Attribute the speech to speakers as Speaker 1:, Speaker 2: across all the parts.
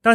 Speaker 1: 大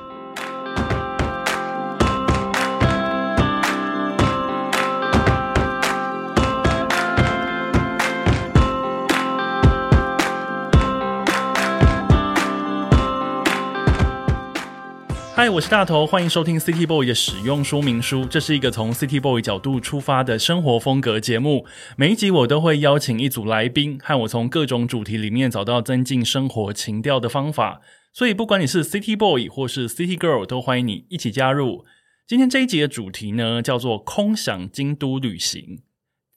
Speaker 1: 嗨，我是大头，欢迎收听 City Boy 的使用说明书。这是一个从 City Boy 角度出发的生活风格节目。每一集我都会邀请一组来宾，和我从各种主题里面找到增进生活情调的方法。所以，不管你是 City Boy 或是 City Girl，都欢迎你一起加入。今天这一集的主题呢，叫做“空想京都旅行”，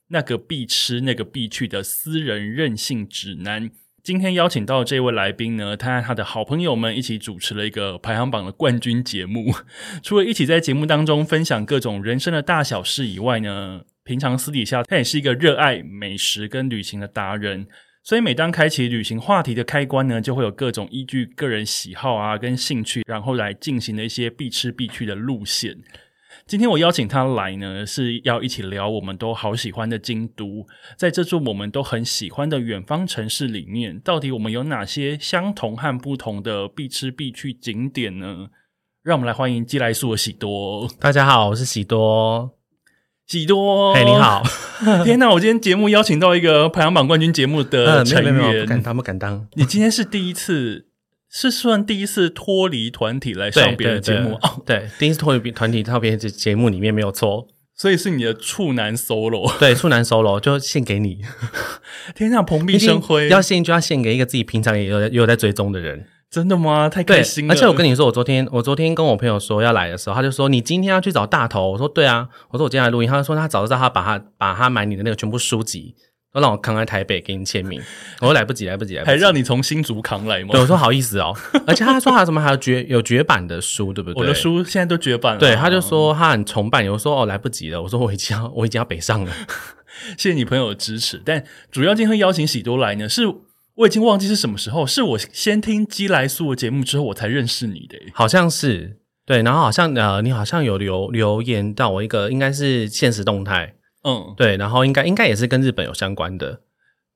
Speaker 1: 那个必吃、那个必去的私人任性指南。今天邀请到这位来宾呢，他和他的好朋友们一起主持了一个排行榜的冠军节目。 除了一起在节目当中分享各种人生的大小事以外呢，平常私底下他也是一个热爱美食跟旅行的达人。所以每当开启旅行话题的开关呢，就会有各种依据个人喜好啊跟兴趣，然后来进行的一些必吃必去的路线。今天我邀请他来呢，是要一起聊我们都好喜欢的京都，在这座我们都很喜欢的远方城市里面，到底我们有哪些相同和不同的必吃必去景点呢？让我们来欢迎寄来素的喜多，
Speaker 2: 大家好，我是喜多。哎
Speaker 1: 喜多，
Speaker 2: 嘿，你，好，
Speaker 1: 天哪！我今天节目邀请到一个排行榜冠军节目的呃
Speaker 2: 嗯，没
Speaker 1: 成
Speaker 2: 有没有没有，
Speaker 1: 员
Speaker 2: 不，敢当，不敢当。
Speaker 1: 你今天是第一次，是算第一次脱离团体来 上别人节目哦，
Speaker 2: 对，第一次脱离团体套别节节目里面没 有错。
Speaker 1: 所以是你的处男 solo。
Speaker 2: 对，处男 solo 就献给你，
Speaker 1: 天哪，蓬荜生辉，
Speaker 2: 要献就要献给一个自己平常也有也有在追踪的人。
Speaker 1: 真的吗？太
Speaker 2: 对
Speaker 1: 开心，了！
Speaker 2: 而且我跟你说，我昨天我昨天跟我朋友说要来的时候，他就说你今天要去找大头。我说对啊，我说我今天来录音。他就说他早就知道他把他把他买你的那个全部书籍都让我扛来台北给你签名。我说来不及，来不及，来不及。
Speaker 1: 还让你从新竹扛来吗
Speaker 2: 对？我说好意思 哦，而且他说还有什么还有绝有绝版的书，对不对？
Speaker 1: 我的书现在都绝版了。哦
Speaker 2: 对，他就说他很崇拜你，我说哦来不及了，我说我已经要我已经要北上了，
Speaker 1: 谢谢你朋友的支持，但主要今天会邀请喜多来呢，是我已经忘记是什么时候，是我先听基来素的节目之后，我才认识你的耶。
Speaker 2: 好像是对，然后好像呃你好像有留留言到我一个应该是现实动态，
Speaker 1: 嗯，
Speaker 2: 对，然后应该应该也是跟日本有相关的，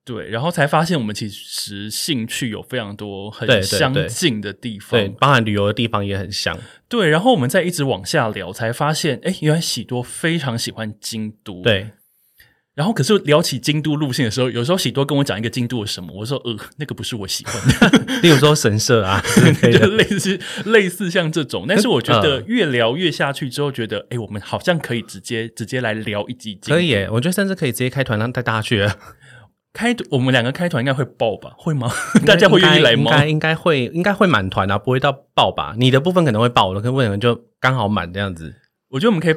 Speaker 1: 对，然后才发现我们其实兴趣有非常多
Speaker 2: 对
Speaker 1: 很
Speaker 2: 对对
Speaker 1: 相近的地方。
Speaker 2: 对，包含旅游的地方也很
Speaker 1: 哦
Speaker 2: 像，
Speaker 1: 对，然后我们再一直往下聊，才发现，哎，原来喜多非常喜欢京都。，
Speaker 2: 对，
Speaker 1: 然后可是聊起京都路线的时候，有时候喜多跟我讲一个京都的什么，我说，呃，那个不是我喜欢的，
Speaker 2: 例如说神 社啊之类
Speaker 1: 就
Speaker 2: 的，
Speaker 1: 类似类似像这种。但是我觉得
Speaker 2: 嗯
Speaker 1: 越聊越下去之后，觉得，哎，我们好像可以直接直接来聊一集京都。
Speaker 2: 可以耶，我觉得甚至可以直接开团让带大家去了，
Speaker 1: 开，我们两个开团应该会爆吧？会吗？ 大家会愿意来
Speaker 2: 应
Speaker 1: 吗？
Speaker 2: 该应该会应该会满团啊，不会到爆吧？你的部分可能会爆，我的部分就刚好满这样子。
Speaker 1: 我觉得我们可以，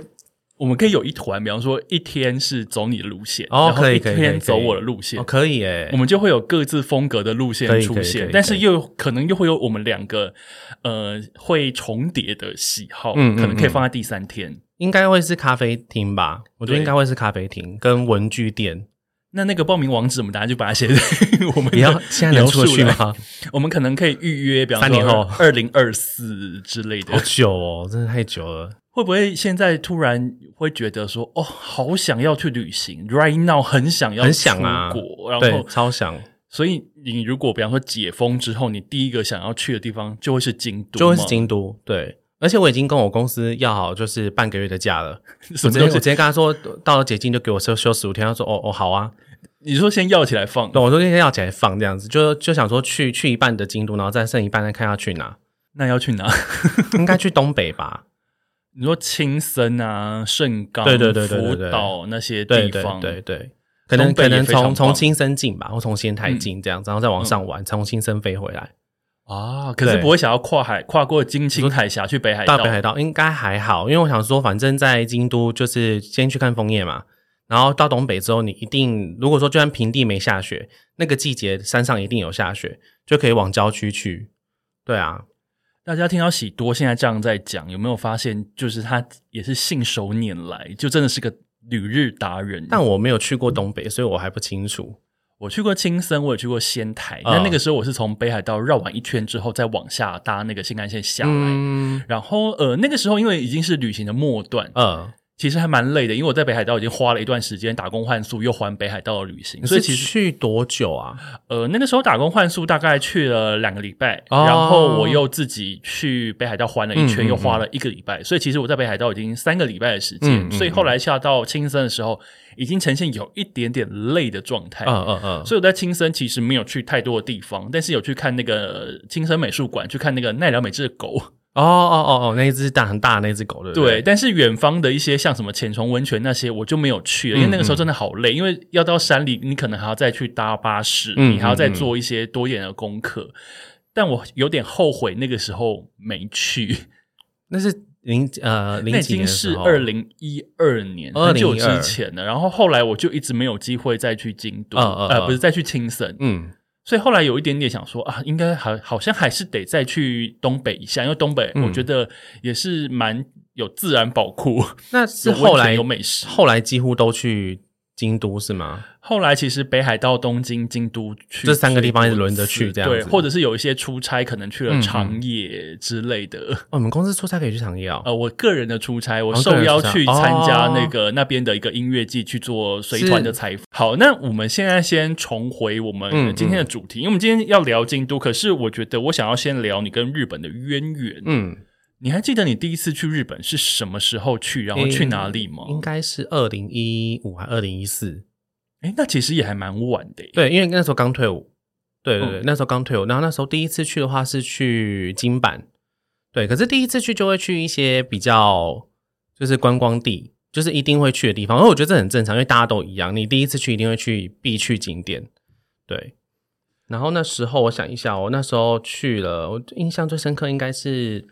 Speaker 1: 我们可以有一团，比方说一天是走你的路线，
Speaker 2: 哦
Speaker 1: 然后
Speaker 2: 可以
Speaker 1: 一
Speaker 2: 可以可以可
Speaker 1: 天
Speaker 2: 以
Speaker 1: 走我的路线
Speaker 2: 哦，，可以耶，
Speaker 1: 我们就会有各自风格的路
Speaker 2: 可
Speaker 1: 线
Speaker 2: 以
Speaker 1: 出
Speaker 2: 可以可
Speaker 1: 现
Speaker 2: 以，
Speaker 1: 但是
Speaker 2: 可以
Speaker 1: 又可能又会有我们两个呃会重叠的喜好，
Speaker 2: 嗯嗯
Speaker 1: 可能可以
Speaker 2: 嗯
Speaker 1: 放在第三天。
Speaker 2: 应该会是咖啡厅吧？我觉得
Speaker 1: 对
Speaker 2: 应该会是咖啡厅跟文 具店，
Speaker 1: 那那个报名网址，我们大家就把它写在 我们
Speaker 2: 也要
Speaker 1: 的
Speaker 2: 现在能出
Speaker 1: 描述
Speaker 2: 去
Speaker 1: 栏？
Speaker 2: 吗？
Speaker 1: 我们可能可以预约，比方
Speaker 2: 三年
Speaker 1: 说
Speaker 2: 后
Speaker 1: 二零二四之类
Speaker 2: 好
Speaker 1: 的。
Speaker 2: 久哦，真的太久了。
Speaker 1: 会不会现在突然会觉得说，哦，好想要去旅行，right now 很想要
Speaker 2: 很想啊
Speaker 1: 出国，然
Speaker 2: 对
Speaker 1: 后，
Speaker 2: 超想，
Speaker 1: 所以你如果比方说解封之后，你第一个想要去的地方就会是京都吗，
Speaker 2: 就会是京都。对，而且我已经跟我公司要好就是半个月的假了。
Speaker 1: 什
Speaker 2: 我
Speaker 1: 么
Speaker 2: 直接
Speaker 1: 东
Speaker 2: 我
Speaker 1: 西
Speaker 2: 直？接跟他说，到了解禁就给我休休十五天。他说哦哦好啊，
Speaker 1: 你说先要起来放，
Speaker 2: 对，我说今天要起来放这样子，就就想说去去一半的京都，然后再剩一半再看要去哪，
Speaker 1: 那要去哪？
Speaker 2: 应该去东北吧？
Speaker 1: 你说青森啊、盛冈、
Speaker 2: 对对对对对
Speaker 1: 福
Speaker 2: 对
Speaker 1: 岛那些
Speaker 2: 对
Speaker 1: 地
Speaker 2: 对
Speaker 1: 方，
Speaker 2: 对对。可能
Speaker 1: 东北也
Speaker 2: 可能
Speaker 1: 非常
Speaker 2: 从从
Speaker 1: 棒嗯
Speaker 2: 新生进吧，或从仙台进这样，然后再往上玩，从新生飞回来。
Speaker 1: 啊，可是
Speaker 2: 对
Speaker 1: 不会想要跨海，跨过金青海峡去北海道
Speaker 2: 到北海道应该还好，因为我想说，反正在京都就是先去看枫叶嘛，然后到东北之后，你一定如果说就算平地没下雪，那个季节山上一定有下雪，就可以往郊区去。对啊，
Speaker 1: 嗯大家听到喜多现在这样在讲，有没有发现，就是他也是信手拈来，就真的是个旅日达人。
Speaker 2: 但我没有去过东北，所以我还不清楚。
Speaker 1: 我去过青森，我也去过仙台，
Speaker 2: 嗯
Speaker 1: 那、那个时候我是从北海道绕完一圈之后，再往下搭那个新干线下来。
Speaker 2: 嗯，
Speaker 1: 然后，呃，那个时候因为已经是旅行的末段，
Speaker 2: 呃，
Speaker 1: 其实还蛮累的，因为我在北海道已经花了一段时间打工换宿，又环北海道的旅行，
Speaker 2: 你
Speaker 1: 所以
Speaker 2: 是
Speaker 1: 其实
Speaker 2: 去多久啊？
Speaker 1: 呃那个时候打工换宿大概去了两个礼拜，
Speaker 2: 哦
Speaker 1: 然后我又自己去北海道环了一圈，
Speaker 2: 嗯嗯
Speaker 1: 又花了一个礼拜，所以其实我在北海道已经三个礼拜的时间，
Speaker 2: 嗯嗯
Speaker 1: 所以后来下到青森的时候，已经呈现有一点点累的状态。
Speaker 2: 嗯嗯嗯，
Speaker 1: 所以我在青森其实没有去太多的地方，但是有去看那个呃青森美术馆，去看那个奈良美智的狗。
Speaker 2: 哦哦哦哦，那一只大很大的那只狗，对不
Speaker 1: 对，
Speaker 2: 对？
Speaker 1: 但是远方的一些像什么浅虫温泉那些，我就没有去了，因为那
Speaker 2: 嗯
Speaker 1: 个时候真的好累，因为要到山里，你可能还要再去搭巴士，
Speaker 2: 嗯
Speaker 1: 你还要再做一些多一点的功课。但我有点后悔那个时候没去，
Speaker 2: 那是零呃
Speaker 1: 那
Speaker 2: 零
Speaker 1: 已
Speaker 2: 几
Speaker 1: 经
Speaker 2: 年的时
Speaker 1: 是
Speaker 2: 候哦
Speaker 1: 二零一二年
Speaker 2: 2012
Speaker 1: 很久之前了。然后后来我就一直没有机会再去京都，
Speaker 2: 嗯嗯
Speaker 1: 呃，
Speaker 2: 嗯
Speaker 1: 不是再去青森，
Speaker 2: 嗯
Speaker 1: 所以后来有一点点想说啊，应该好，好像还是得再去东北一下，因为东北
Speaker 2: 嗯
Speaker 1: 我觉得也是蛮有自然宝库，
Speaker 2: 那是
Speaker 1: 有温
Speaker 2: 后
Speaker 1: 泉
Speaker 2: 来
Speaker 1: 有美食。
Speaker 2: 后来几乎都去京都是吗？
Speaker 1: 后来其实北海道、东京、京都去
Speaker 2: 这三个地方一直轮着
Speaker 1: 最多
Speaker 2: 去这样
Speaker 1: 次对，
Speaker 2: 子
Speaker 1: 或者是有一些出差可能去了
Speaker 2: 嗯
Speaker 1: 长野之类的。
Speaker 2: 哦，你们公司出差可以去长野哦，
Speaker 1: 呃，我个人的出差，我
Speaker 2: 哦
Speaker 1: 受邀去参加
Speaker 2: 个人出差
Speaker 1: 那个、那边的一个音乐季去做随团的采访。好，那我们现在先重回我们
Speaker 2: 哦嗯
Speaker 1: 今天的主题，因为我们今天要聊京都，可是我觉得我想要先聊你跟日本的渊源。
Speaker 2: 嗯，
Speaker 1: 你还记得你第一次去日本是什么时候去，然后去哪里吗？
Speaker 2: 应该是二零一五还二零一四，
Speaker 1: 哎、那其实也还蛮晚的耶。
Speaker 2: 对，因为那时候刚退伍，对对对，
Speaker 1: 嗯
Speaker 2: 那时候刚退伍，然后那时候第一次去的话是去金板，对，可是第一次去就会去一些比较就是观光地，就是一定会去的地方，因为我觉得这很正常，因为大家都一样，你第一次去一定会去必去景点，对。然后那时候我想一下哦，我那时候去了，我印象最深刻应该是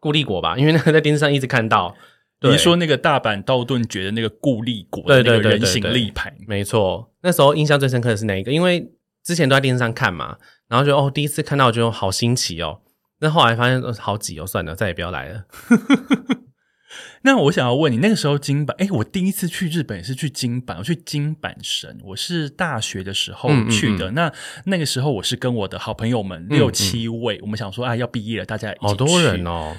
Speaker 2: 固力果吧，因为那个在电视上一直看到。
Speaker 1: 你
Speaker 2: 对
Speaker 1: 是说那个大阪道顿崛的那个固力果的
Speaker 2: 对
Speaker 1: 那个
Speaker 2: 对对
Speaker 1: 人
Speaker 2: 对
Speaker 1: 形
Speaker 2: 对
Speaker 1: 立牌？
Speaker 2: 没错，那时候印象最深刻的是哪一个？因为之前都在电视上看嘛，然后就哦，第一次看到就好新奇哦。那后来发现、呃好挤哦，算了，再也不要来了。
Speaker 1: 那我想要问你，那个时候金板，哎，我第一次去日本也是去金板，我去金板神，我是大学的时候
Speaker 2: 嗯嗯
Speaker 1: 去的。那那个时候我是跟我的好朋友们
Speaker 2: 嗯
Speaker 1: 六七位，我们想说啊，要毕业了，大家一起
Speaker 2: 好多人
Speaker 1: 去，
Speaker 2: 哦，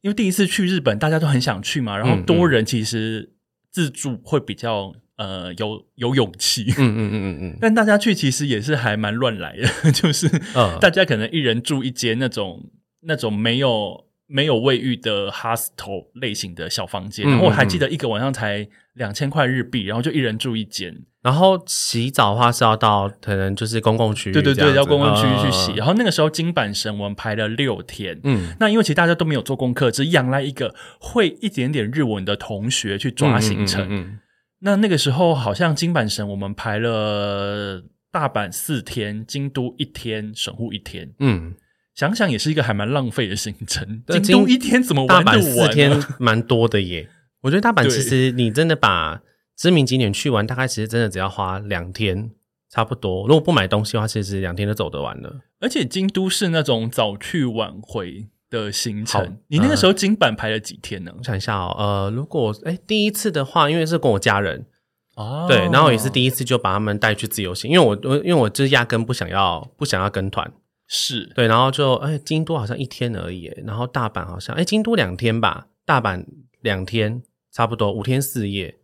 Speaker 1: 因为第一次去日本，大家都很想去嘛，然后
Speaker 2: 嗯嗯
Speaker 1: 多人其实自助会比较呃有有勇气。
Speaker 2: 嗯嗯嗯嗯嗯，
Speaker 1: 但大家去其实也是还蛮乱来的， 就是
Speaker 2: 嗯
Speaker 1: 大家可能一人住一间那种那种没有没有卫浴的 hostel 类型的小房间，
Speaker 2: 嗯
Speaker 1: 然后我还
Speaker 2: 嗯嗯
Speaker 1: 记得一个晚上才两千块日币，然后就一人住一间，
Speaker 2: 然后洗澡的话是要到可能就是公共区域这
Speaker 1: 对
Speaker 2: 样
Speaker 1: 对
Speaker 2: 子，
Speaker 1: 对，到公共区域去洗。
Speaker 2: 嗯
Speaker 1: 然后那个时候金板神我们排了六天。
Speaker 2: 嗯，
Speaker 1: 那因为其实大家都没有做功课，只养来一个会一点点日文的同学去抓行程。
Speaker 2: 嗯嗯
Speaker 1: 那那个时候好像金板神我们排了大阪四天，京都一天，神户一天。
Speaker 2: 嗯，嗯
Speaker 1: 想想也是一个还蛮浪费的行程。
Speaker 2: 对
Speaker 1: 京都
Speaker 2: 京
Speaker 1: 一天怎么
Speaker 2: 大
Speaker 1: 玩得
Speaker 2: 阪
Speaker 1: 完
Speaker 2: 四
Speaker 1: 呢？
Speaker 2: 天 蛮多的耶。我觉得大阪
Speaker 1: 对
Speaker 2: 其实你真的把知名景点去完，大概其实真的只要花两天差不多。如果不买东西的话，其实两天就走得完了。
Speaker 1: 而且京都是那种早去晚回的行
Speaker 2: 好
Speaker 1: 程。你那个时候京阪排了几天呢？
Speaker 2: 我想一下哦，呃，如果哎第一次的话，因为是跟我家人，
Speaker 1: 哦
Speaker 2: 嗯对，然后也是
Speaker 1: 一
Speaker 2: 第一次就把他们带去自由行，因为我我因为我就是压根不想要不想要跟团，
Speaker 1: 是
Speaker 2: 对，然后就哎京都好像一天而已耶，然后大阪好像哎京都两天吧，大阪两天差不多五天四夜，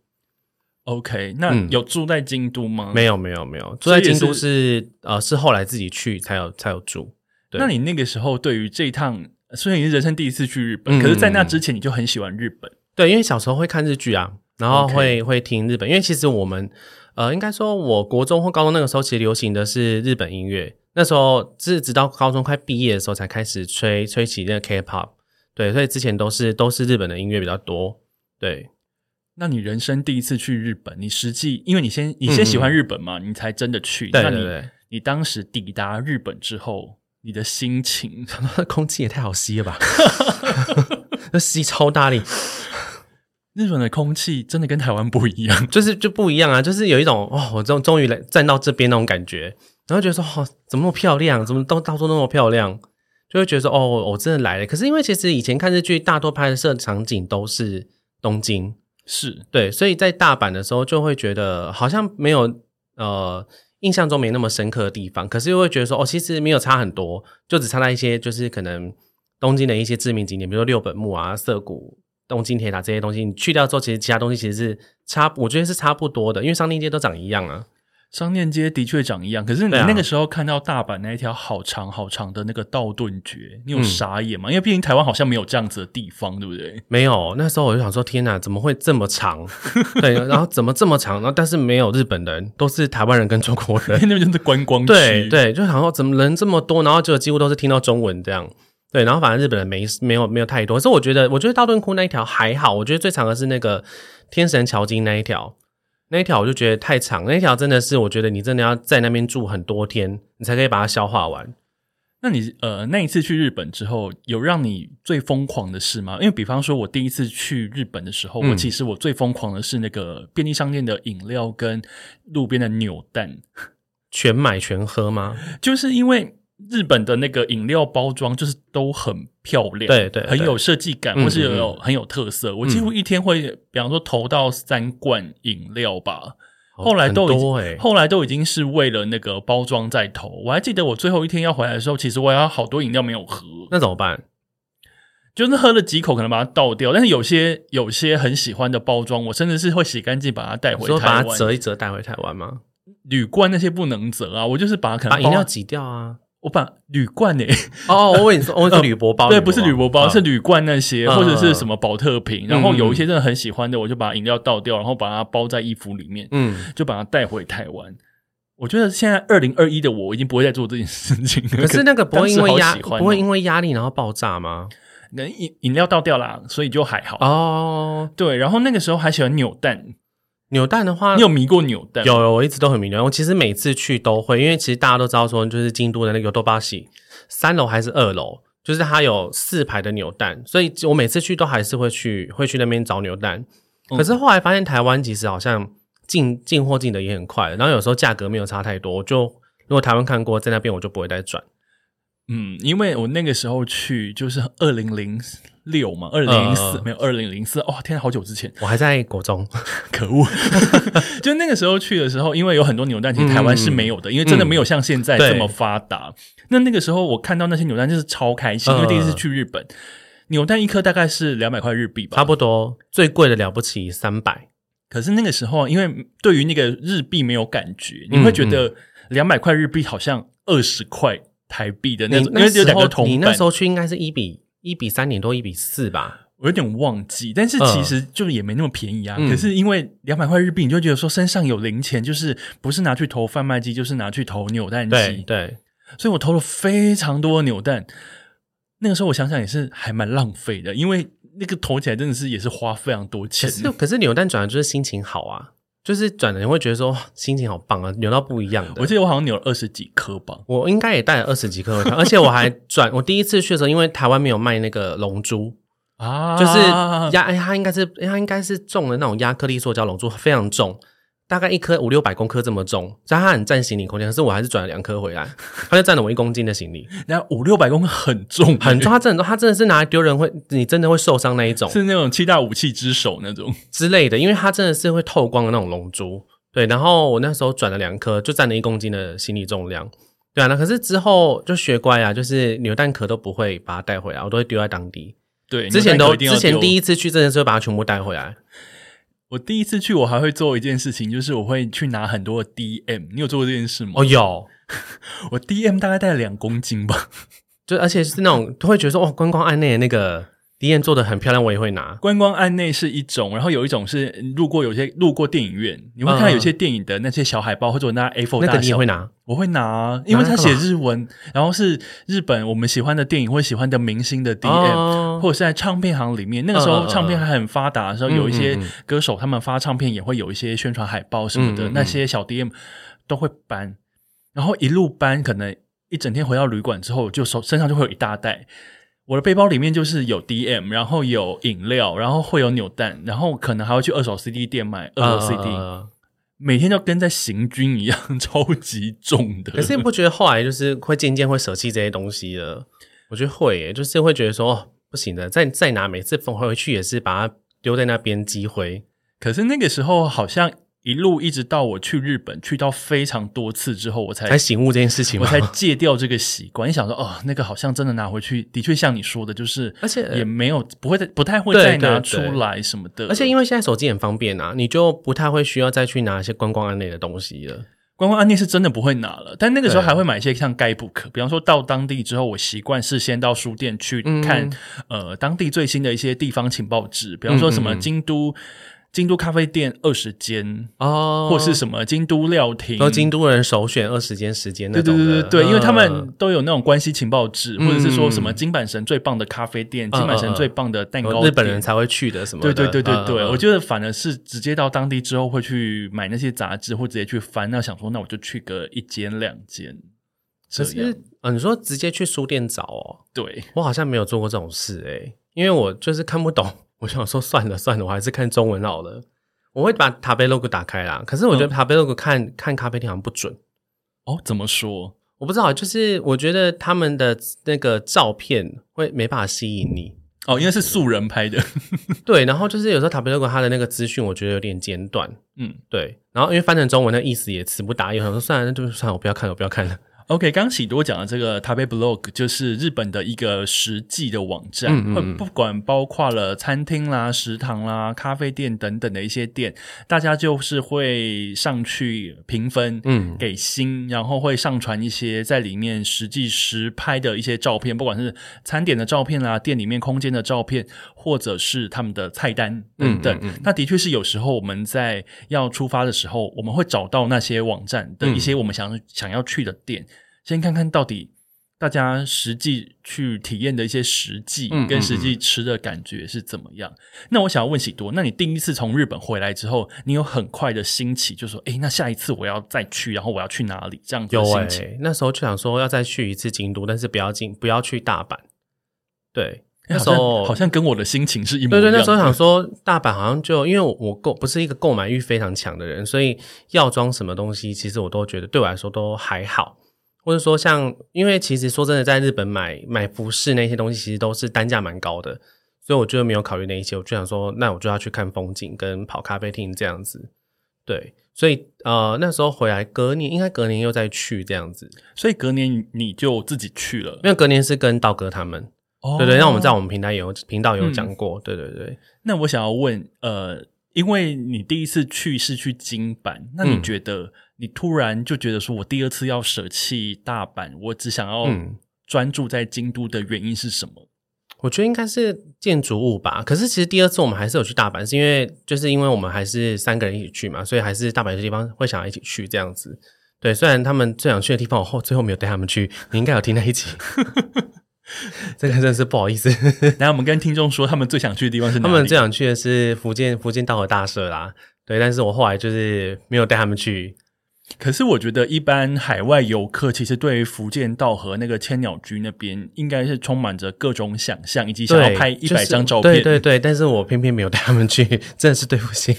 Speaker 1: OK。那
Speaker 2: 嗯
Speaker 1: 有住在京都吗？
Speaker 2: 没
Speaker 1: 有。
Speaker 2: 有没有没有，住
Speaker 1: 所以
Speaker 2: 在
Speaker 1: 也
Speaker 2: 京都
Speaker 1: 是
Speaker 2: 是呃是后来自己去才有才有住，对
Speaker 1: 那你那个时候对于这一趟，虽然你是人生第一次去日本，
Speaker 2: 嗯
Speaker 1: 可是在那之前你就很喜欢日本。
Speaker 2: 对，因为小时候会看日剧啊，然后
Speaker 1: OK
Speaker 2: 会会听日本，因为其实我们呃，应该说我国中或高中那个时候，其实流行的是日本音乐，那时候是直到高中快毕业的时候才开始吹吹起那个 K-pop，对，所以之前都是都是日本的音乐比较多，对，
Speaker 1: 那你人生第一次去日本，你实际因为你先你先喜欢日本嘛，你才真的去。
Speaker 2: 对
Speaker 1: 那
Speaker 2: 嗯对
Speaker 1: 你
Speaker 2: 对
Speaker 1: 你当时抵达日本之后，你的心情
Speaker 2: 空气也太好吸 了吧，那吸超大力，
Speaker 1: 日本的空气真的跟台湾不一 样，
Speaker 2: 就是就不一样啊，就是有一种哦，我终终于来站到这边那种感觉，然后觉得说哦，怎么那么漂亮，怎么都到处那么漂亮，就会觉得说哦，我我真的来了。可是因为其实以前看日剧，大多拍摄场景都是东京，
Speaker 1: 是
Speaker 2: 对，所以在大阪的时候就会觉得好像没有呃印象中没那么深刻的地方，可是又会觉得说哦，其实没有差很多，就只差在一些就是可能东京的一些知名景点，比如说六本木啊、涩谷东京铁塔这些东西，你去掉之后，其实其他东西其实是差，我觉得是差不多的，因为商店街都长一样啊。
Speaker 1: 商店街的确长一样，可是你
Speaker 2: 对啊
Speaker 1: 那个时候看到大阪那一条好长好长的那个道顿崛，你有
Speaker 2: 嗯
Speaker 1: 傻眼吗？因为毕竟台湾好像没有这样子的地方，对不对？
Speaker 2: 没有，那时候我就想说，天哪，怎么会这么长？ 对，然后怎么这么长？然后但是没有日本人，都是台湾人跟中国人
Speaker 1: 因。 为那边真的观光区，
Speaker 2: 对对，就想说怎么人这么多，然后就几乎都是听到中文这样。对，然后反正日本人没没有没有太多，所以我觉得我觉得道顿窟那一条还好，我觉得最长的是那个天神桥筋那一条，那一条我就觉得太长，那一条真的是我觉得你真的要在那边住很多天，你才可以把它消化完。
Speaker 1: 那你呃那一次去日本之后，有让你最疯狂的事吗？因为比方说，我第一次去日本的时候，
Speaker 2: 嗯
Speaker 1: 我其实我最疯狂的是那个便利商店的饮料跟路边的扭蛋，
Speaker 2: 全买全喝吗？
Speaker 1: 就是因为日本的那个饮料包装就是都很漂亮，
Speaker 2: 对对对
Speaker 1: 很有设计感，
Speaker 2: 嗯
Speaker 1: 或是有
Speaker 2: 嗯
Speaker 1: 有很有特色。我几乎一天会，比方说投到三罐饮料吧。后来都
Speaker 2: 很
Speaker 1: 已
Speaker 2: 多
Speaker 1: 经、
Speaker 2: 哎、
Speaker 1: 后来都已经是为了那个包装在投。我还记得我最后一天要回来的时候，其实我还有好多饮料没有喝，
Speaker 2: 那怎么办？
Speaker 1: 就是喝了几口可能把它倒掉。但是有些有些很喜欢的包装，我甚至是会洗干净把它带
Speaker 2: 你
Speaker 1: 回
Speaker 2: 说把
Speaker 1: 台
Speaker 2: 它
Speaker 1: 湾。
Speaker 2: 折一折带回台湾吗？
Speaker 1: 铝罐那些不能折啊，我就是把可能
Speaker 2: 把饮料
Speaker 1: 包
Speaker 2: 挤掉啊？
Speaker 1: 我把铝罐诶、
Speaker 2: 哦，我问你说，我问你铝箔包，
Speaker 1: 对，不是铝箔包，嗯
Speaker 2: 啊
Speaker 1: 是铝罐那些，
Speaker 2: 嗯
Speaker 1: 或者是什么保特瓶。然后
Speaker 2: 嗯
Speaker 1: 有一些真的很喜欢的，我就把饮料倒掉，然后把它包在衣服里面，
Speaker 2: 嗯。
Speaker 1: 就把它带回台湾。我觉得现在二零二一的我，我已经不会再做这件事情了。
Speaker 2: 可是那个不会因为
Speaker 1: 当时
Speaker 2: 压
Speaker 1: 好喜欢哦
Speaker 2: 不会因为压力然后爆炸吗？
Speaker 1: 那饮饮料倒掉啦，所以就还好。
Speaker 2: 哦，
Speaker 1: 对，然后那个时候还喜欢扭蛋，
Speaker 2: 扭蛋的话，
Speaker 1: 你有迷过扭蛋？
Speaker 2: 有，有我一直都很迷恋。我其实每次去都会，因为其实大家都知道说，就是京都的那个有豆巴喜，三楼还是二楼，就是它有四排的扭蛋，所以我每次去都还是会去会去那边找扭蛋。
Speaker 1: 嗯
Speaker 2: 可是后来发现台湾其实好像进进货进的也很快，然后有时候价格没有差太多，我就如果台湾看过，在那边我就不会再转。
Speaker 1: 嗯，因为我那个时候去就是二零零六嘛，二零零四
Speaker 2: 嗯
Speaker 1: 没有二零零四，哇，天啊，好久之前。
Speaker 2: 我还在 国中，
Speaker 1: 可恶！就那个时候去的时候，因为有很多扭蛋，其实
Speaker 2: 嗯
Speaker 1: 台湾是没有的，因为真的没有像现在这么发达。那那个时候我看到那些扭蛋就是超开心，因
Speaker 2: 嗯
Speaker 1: 为第一次去日本，扭蛋一颗大概是两百块日币吧，
Speaker 2: 差不多最贵的了不起三百。
Speaker 1: 可是那个时候，因为对于那个日币没有感觉，你会
Speaker 2: 嗯
Speaker 1: 觉得两百块日币好像二十块台币的那
Speaker 2: 你
Speaker 1: 种，因
Speaker 2: 那
Speaker 1: 为有
Speaker 2: 时
Speaker 1: 两个
Speaker 2: 候你
Speaker 1: 铜
Speaker 2: 那
Speaker 1: 板
Speaker 2: 时。候去应该是一比一比三点多一比四吧？
Speaker 1: 我有点忘记，但是其实就也没那么便宜啊。
Speaker 2: 嗯
Speaker 1: 可是因为两百块日币，你就觉得说身上有零钱，就是不是拿去投贩卖机，就是拿去投扭蛋
Speaker 2: 对
Speaker 1: 机。
Speaker 2: 对，
Speaker 1: 所以我投了非常多的扭蛋。那个时候我想想也是还蛮浪费的，因为那个投起来真的是也是花非常多
Speaker 2: 可
Speaker 1: 钱。
Speaker 2: 是可是扭蛋转的就是心情好啊，就是转的你会觉得说哇心情好棒啊，扭到不一样的。
Speaker 1: 我记得我好像扭了二十几颗吧。
Speaker 2: 我应该也带了二十几颗回台，而且我还转。 我第一次去的时候，因为台湾没有卖那个龙珠，
Speaker 1: 啊，
Speaker 2: 就是压，哎它应该是它应该是中了那种压克力塑胶龙珠，非常重，大概一颗五六百公克这么重，所以它很占行李空间。可是我还是转了两颗回来，它就占了我一公斤的行李，
Speaker 1: 然后五六百公克很重，
Speaker 2: 很重，它真的很重，它真的是拿来丢人会，你真的会受伤那一种。
Speaker 1: 是那种七大武器之首那种。
Speaker 2: 之类的，因为它真的是会透光的那种龙珠。对，然后我那时候转了两颗，就占了一公斤的行李重量。对啊，那可是之后就学乖啊，就是扭蛋壳都不会把它带回来，我都会丢在当地。
Speaker 1: 对，
Speaker 2: 之前
Speaker 1: 欸扭蛋壳
Speaker 2: 都
Speaker 1: 一定要
Speaker 2: 之前
Speaker 1: 丢
Speaker 2: 第一次去真的是会把它全部带回来。
Speaker 1: 我第一次去，我还会做一件事情，就是我会去拿很多的 DM。你有做过这件事吗？
Speaker 2: 哦，有，
Speaker 1: 我 DM 大概带了两公斤吧，
Speaker 2: 就而且是那种都会觉得说哇，观光案内的那个迪燕做的很漂亮，我也会拿。
Speaker 1: 观光案内是一种，然后有一种是路过有些路过电影院，你会看到有些电影的那些小海报，或者我拿 A4
Speaker 2: 那个
Speaker 1: 大
Speaker 2: 你也
Speaker 1: 小，
Speaker 2: 会拿，
Speaker 1: 我会拿，因为他
Speaker 2: 拿来干
Speaker 1: 写
Speaker 2: 嘛
Speaker 1: 日文，然后是日本我们喜欢的电影或喜欢的明星的 DM，、
Speaker 2: 哦
Speaker 1: 或者是在唱片行里面，那个时
Speaker 2: 嗯嗯
Speaker 1: 候
Speaker 2: 嗯
Speaker 1: 唱片还很发达的时候，
Speaker 2: 嗯
Speaker 1: 有一些
Speaker 2: 嗯嗯
Speaker 1: 歌手他们发唱片也会有一些宣传海报什么的，
Speaker 2: 嗯嗯嗯
Speaker 1: 那些小 DM 都会搬，然后一路搬，可能一整天回到旅馆之后，就手身上就会有一大袋。我的背包里面就是有 DM，然后有饮料，然后会有扭蛋，然后可能还会去二手 CD 店买二手 CD，、
Speaker 2: 呃
Speaker 1: 每天就跟在行军一样，超级重的。
Speaker 2: 可是你不觉得后来就是会渐渐会舍弃这些东西了？我觉得会耶，就是会觉得说哦，不行的，再再拿每次缝回去也是把它丢在那边积灰。
Speaker 1: 可是那个时候好像一路一直到我去日本，去到非常多次之后，我才
Speaker 2: 才醒悟这件事情
Speaker 1: 我
Speaker 2: 嘛。
Speaker 1: 才戒掉这个习惯。你想说，哦，那个好像真的拿回去，的确像你说的，就是
Speaker 2: 而且
Speaker 1: 也没有不会再不太会
Speaker 2: 呃对
Speaker 1: 再
Speaker 2: 对
Speaker 1: 拿
Speaker 2: 对
Speaker 1: 出来什么的。
Speaker 2: 而且因为现在手机很方便啊，你就不太会需要再去拿一些观光案类的东西了。
Speaker 1: 观光案例是真的不会拿了，但那个时候
Speaker 2: 对
Speaker 1: 还会买一些像 guidebook，比方说到当地之后，我习惯是先到书店去看、呃当地最新的一些地方情报志，比方说什么
Speaker 2: 嗯嗯嗯嗯
Speaker 1: 京都、京都咖啡店二十间，
Speaker 2: 哦
Speaker 1: 或是什么京都料亭。
Speaker 2: 都哦京都人首选二十间时间那
Speaker 1: 对对
Speaker 2: 种的
Speaker 1: 对对对，
Speaker 2: 嗯
Speaker 1: 因为他们都有那种关系情报志，
Speaker 2: 嗯
Speaker 1: 或者是说什么金板神最棒的咖啡店、
Speaker 2: 嗯
Speaker 1: 金板神最棒的蛋糕店，
Speaker 2: 哦日本人才会去的什么
Speaker 1: 对
Speaker 2: 的。
Speaker 1: 对对对对，
Speaker 2: 嗯
Speaker 1: 我觉得反而是直接到当地之后会去买那些杂志，或直接去翻，那想说那我就去个一间两间，这
Speaker 2: 可是
Speaker 1: 样
Speaker 2: 啊、你说直接去书店找哦，
Speaker 1: 对
Speaker 2: 我好像没有做过这种事诶、因为我就是看不懂，我想说算了算了，我还是看中文好了。我会把塔贝 logo 打开啦，可是我觉得塔贝 logo 看、看咖啡厅好像不准，
Speaker 1: 哦，怎么说？
Speaker 2: 我不知道，就是我觉得他们的那个照片会没办法吸引你。
Speaker 1: 哦，因为是素人拍的，
Speaker 2: 对，然后就是有时候塔贝 logo 它的那个资讯，我觉得有点简短。
Speaker 1: 嗯。
Speaker 2: 对，然后因为翻成中文，那意思也词不达意，我想说算了，那就算了，我不要看了，我不要看了。
Speaker 1: OK，刚刚喜多讲的这个 Tabe Blog 就是日本的一个实际的网站，
Speaker 2: 嗯嗯嗯
Speaker 1: 会不管包括了餐厅啦、食堂啦、咖啡店等等的一些店，大家就是会上去评分，
Speaker 2: 嗯
Speaker 1: 给星，然后会上传一些在里面实际实拍的一些照片，不管是餐点的照片啦、店里面空间的照片，或者是他们的菜单等等。
Speaker 2: 嗯嗯嗯
Speaker 1: 那的确是有时候我们在要出发的时候，我们会找到那些网站
Speaker 2: 嗯
Speaker 1: 的一些我们想、想要去的店，先看看到底。大家实际去体验的一些实际
Speaker 2: 嗯嗯
Speaker 1: 跟实际吃的感觉是怎么样？那我想要问喜多，那你第一次从日本回来之后，你有很快的兴起，就说，诶，那下一次我要再去，然后我要去哪里？这样子
Speaker 2: 有
Speaker 1: 的
Speaker 2: 哎、
Speaker 1: 心情。
Speaker 2: 那时候就想说要再去一次京都，但是不要进，不要去大阪。对，
Speaker 1: 诶
Speaker 2: 那
Speaker 1: 好
Speaker 2: 时
Speaker 1: 像
Speaker 2: 候
Speaker 1: 好像跟我的心情是一模一
Speaker 2: 对
Speaker 1: 样的。
Speaker 2: 对，那时候想说大阪好像就因为我我购不是一个购买欲非常强的人，所以药妆什么东西其实我都觉得对我来说都还好，或者说像因为其实说真的，在日本买买服饰那些东西其实都是单价蛮高的，所以我就没有考虑那一些，我就想说那我就要去看风景跟跑咖啡厅这样子，对，所以呃那时候回来隔年应该隔年又再去这样子，
Speaker 1: 所以隔年你就自己去了。
Speaker 2: 因为隔年是跟道哥他们，
Speaker 1: 哦
Speaker 2: 对对，那我们在我们平台有频道有讲过，对对对。
Speaker 1: 那我想要问，呃，因为你第一次去是去京阪，那你
Speaker 2: 嗯
Speaker 1: 觉得你突然就觉得说我第二次要舍弃大阪，我只想要
Speaker 2: 嗯
Speaker 1: 专注在京都的原因是什么？
Speaker 2: 我觉得应该是建筑物吧。可是其实第二次我们还是有去大阪，是因为就是因为我们还是三个人一起去嘛，所以还是大阪这地方会想要一起去这样子。对，虽然他们最想去的地方，我后最后没有带他们去，你应该有听那 一集。这个真的是不好意思，
Speaker 1: 然后我们跟听众说，他们最想去的地方是哪
Speaker 2: 他
Speaker 1: 里？
Speaker 2: 们最想去的是福建福建道和大社啦。对，但是我后来就是没有带他们去。
Speaker 1: 可是我觉得，一般海外游客其实对于福建道和那个千鸟居那边，应该是充满着各种想象，以及想要
Speaker 2: 对
Speaker 1: 拍一百张照片。
Speaker 2: 就是对对对，但是我偏偏没有带他们去，真的是对不起。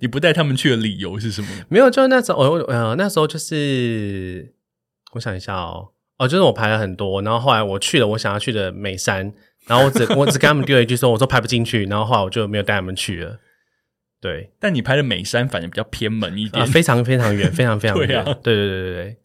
Speaker 1: 你不带他们去的理由是什么？
Speaker 2: 没有，就那时候，我我呃那时候就是我想一下哦，哦，就是我排了很多，然后后来我去了我想要去的美山，然后我只 我只跟他们丢了一句说我说排不进去，然后后来我就没有带他们去了。对
Speaker 1: 但你拍的美山反而比较偏门一
Speaker 2: 啊，
Speaker 1: 点。
Speaker 2: 非常非常远，非常非常远，
Speaker 1: 对啊
Speaker 2: 对对对对对，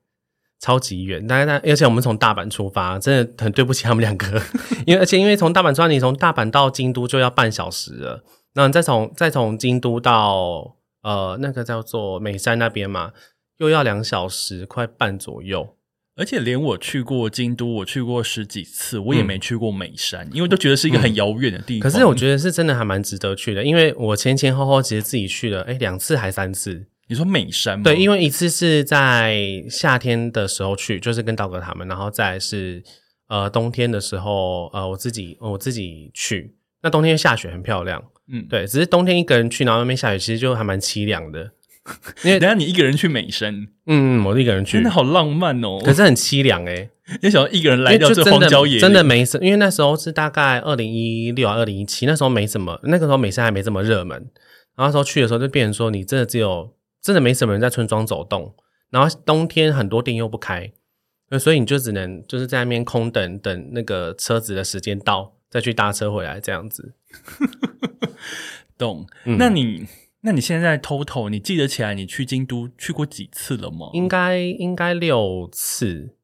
Speaker 2: 超级远。大概大，而且我们从大阪出发，真的很对不起他们两个， 因为而且因为从大阪出发，你从大阪到京都就要半小时了，那你再从再从京都到呃那个叫做美山那边嘛，又要两小时，快半左右。
Speaker 1: 而且连我去过京都，我去过十几次，我也没去过美山，因为都觉得是一个很遥远的地
Speaker 2: 嗯可
Speaker 1: 方。
Speaker 2: 是我觉得是真的还蛮值得去的，因为我前前后后其实自己去了，哎，两次还三次。
Speaker 1: 你说美山吗？
Speaker 2: 对，因
Speaker 1: 为
Speaker 2: 为一次是在夏天的时候去，就是跟道哥他们，然后再是呃冬天的时候，呃我自己我自己去。那冬天下雪很漂亮，
Speaker 1: 嗯，
Speaker 2: 对，只是冬天一个人去，然后那边下雪，其实就还蛮凄凉的。
Speaker 1: 等一下你一个人去美山，
Speaker 2: 嗯，我一个人去
Speaker 1: 真的，好浪漫哦！
Speaker 2: 可是很凄凉哎、欸，
Speaker 1: 你想要一个人
Speaker 2: 因
Speaker 1: 来
Speaker 2: 为
Speaker 1: 到
Speaker 2: 就
Speaker 1: 这
Speaker 2: 真
Speaker 1: 荒
Speaker 2: 的
Speaker 1: 郊野岭，
Speaker 2: 真的没什，因为那时候是大概二零一六、啊二零一七，那时候没什么，那个时候美山还没这么热门。然后那时候去的时候就变成说，你真的只有真的没什么人在村庄走动，然后冬天很多店又不开，呃所以你就只能就是在那边空等等那个车子的时间到，再去搭车回来这样子。
Speaker 1: 懂？
Speaker 2: 嗯
Speaker 1: 那你那你现在 total 你记得起来你去京都去过几次了吗？
Speaker 2: 应该应该六次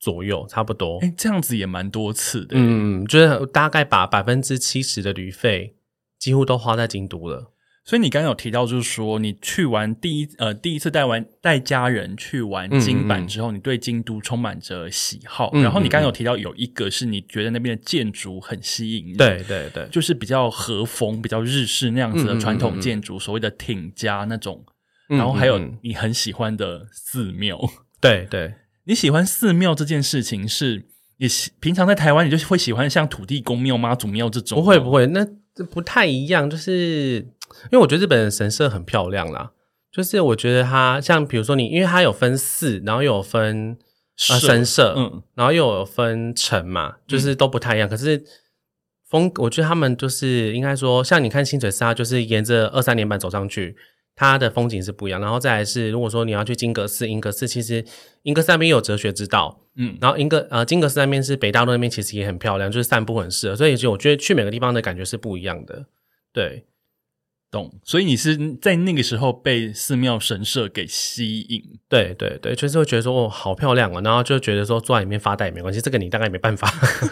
Speaker 2: 左右，差不多。
Speaker 1: 哎，这样子也蛮多次的。
Speaker 2: 嗯，就是大概把百分之七十的旅费几乎都花在京都了。
Speaker 1: 所以你刚刚有提到，就是说你去完第一呃第一次带完带家人去玩京
Speaker 2: 嗯嗯
Speaker 1: 阪
Speaker 2: 嗯
Speaker 1: 之后，你对京都充满着喜好。
Speaker 2: 嗯
Speaker 1: 然后你刚刚
Speaker 2: 嗯嗯
Speaker 1: 有提到有一个是你觉得那边的建筑很吸引你，，
Speaker 2: 对对对，
Speaker 1: 就是比较和风、比较日式那样子
Speaker 2: 嗯
Speaker 1: 的
Speaker 2: 嗯嗯
Speaker 1: 传统
Speaker 2: 嗯
Speaker 1: 建筑，所谓的挺家那种。
Speaker 2: 嗯
Speaker 1: 然后还有
Speaker 2: 嗯嗯
Speaker 1: 你很喜欢的寺庙，
Speaker 2: 对对，
Speaker 1: 你喜欢寺庙这件事情是你喜平常在台湾你就会喜欢像土地公庙、妈祖庙这种吗，
Speaker 2: 不会不啊会，那这不太一样，就是因为我觉得日本的神社很漂亮啦。就是我觉得它像比如说你，因为它有分寺，然后又有分呃
Speaker 1: 社
Speaker 2: 神社，嗯
Speaker 1: 嗯
Speaker 2: 然后又有分城嘛，就是都不太一样。可是风，我觉得他们就是应该说，像你看清水寺，它就是沿着二三连板走上去，它的风景是不一样。然后再来是，如果说你要去金阁寺、银阁寺，其实银阁寺那边也有哲学之道，
Speaker 1: 嗯，
Speaker 2: 然后银阁呃金阁寺那边是北大陆那边，其实也很漂亮，就是散步很适合。所以其实我觉得去每个地方的感觉是不一样的。对，
Speaker 1: 懂。所以你是在那个时候被寺庙神社给吸引，
Speaker 2: 对对对，就是会觉得说哦，好漂亮哦，然后就觉得说坐在里面发呆也没关系，这个你大概也没办法。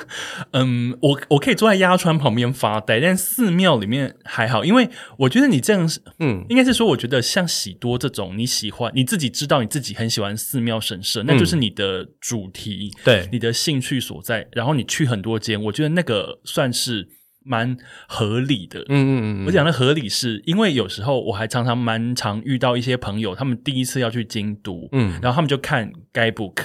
Speaker 1: 嗯，我我可以坐在鸭川旁边发呆，但寺庙里面还好，因为我觉得你这样是
Speaker 2: 嗯，
Speaker 1: 应该是说，我觉得像喜多这种你喜欢，你自己知道你自己很喜欢寺庙神社，那就是你的主题。
Speaker 2: 对，
Speaker 1: 你的兴趣所在，然后你去很多间，我觉得那个算是蛮合理的。
Speaker 2: 嗯嗯嗯，
Speaker 1: 我讲的合理是因为有时候我还常常蛮常遇到一些朋友，他们第一次要去京都，
Speaker 2: 嗯
Speaker 1: 然后他们就看 guidebook，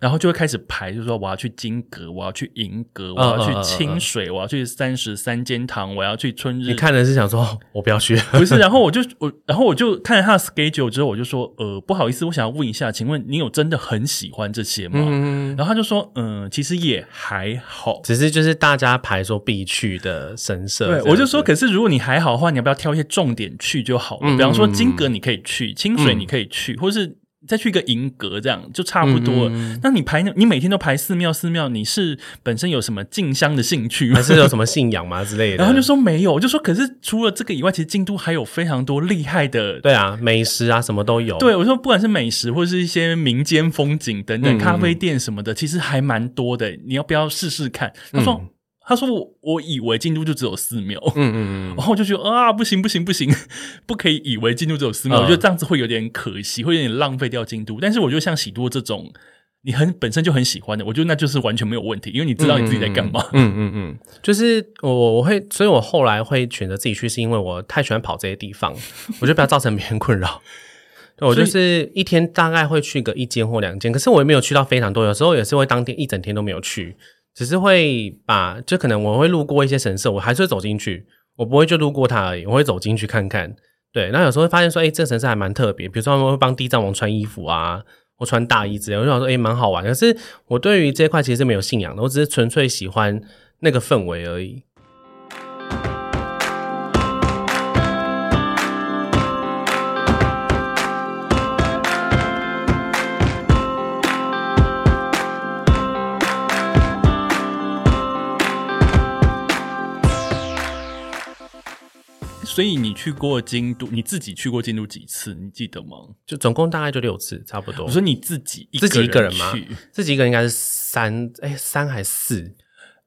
Speaker 1: 然后就会开始排，就说我要去金阁，我要去银阁，我要
Speaker 2: 嗯
Speaker 1: 去清水，我要去三十三间堂，我要去春日。
Speaker 2: 你看的是想说，哦我不要去。
Speaker 1: 不是，然后我就我，然后我就看了他的 schedule 之后，我就说，呃，不好意思，我想要问一下，请问你有真的很喜欢这些吗？
Speaker 2: 嗯，
Speaker 1: 然后他就说，嗯，其实也还好。
Speaker 2: 只是就是大家排说必去的神社这
Speaker 1: 对
Speaker 2: 样，子。
Speaker 1: 我就说，可是如果你还好的话，你要不要挑一些重点去就好了？
Speaker 2: 嗯
Speaker 1: 比方说
Speaker 2: 嗯嗯嗯
Speaker 1: 金阁你可以去，清水你可以去，或是再去一个银阁，这样就差不多了。
Speaker 2: 嗯
Speaker 1: 那你排，你每天都排寺庙，寺庙你是本身有什么进香的兴趣吗
Speaker 2: 还？是有什么信仰嘛之类的。
Speaker 1: 然后就说没有，我就说可是除了这个以外，其实京都还有非常多厉害的。
Speaker 2: 对啊，美食啊什么都有。
Speaker 1: 对，我说不管是美食或是一些民间风景等等，
Speaker 2: 嗯嗯嗯
Speaker 1: 咖啡店什么的，其实还蛮多的。你要不要试试看？他说，他说我我以为京都就只有寺庙，
Speaker 2: 嗯，嗯嗯
Speaker 1: 然后我就觉得啊，不行不行不行， 不可以以为京都只有寺庙，
Speaker 2: 嗯
Speaker 1: 我觉得这样子会有点可惜，会有点浪费掉京都。但是我觉得像喜多这种，你很本身就很喜欢的，我觉得那就是完全没有问题，因为你知道你自己在干嘛。
Speaker 2: 嗯嗯嗯嗯，就是我我会，所以我后来会选择自己去，是因为我太喜欢跑这些地方，我就不要造成别人困扰。对我就是一天大概会去个一间或两间，可是我也没有去到非常多，有时候也是会当天一整天都没有去，只是会把就可能我会路过一些神社，我还是会走进去，我不会就路过它而已，我会走进去看看。对，然后有时候会发现说，哎、这个神社还蛮特别，比如说他们会帮地藏王穿衣服啊，或穿大衣之类的，我就想说，哎、蛮好玩的。可是我对于这一块其实是没有信仰的，我只是纯粹喜欢那个氛围而已。嗯
Speaker 1: 所以你去过京都，你自己去过京都几次？你记得吗？
Speaker 2: 就总共大概就六次，差不多。
Speaker 1: 我说你自己一
Speaker 2: 自己一个
Speaker 1: 个人
Speaker 2: 人吗
Speaker 1: 去，
Speaker 2: 自己一个人应该是三，哎、三还是四？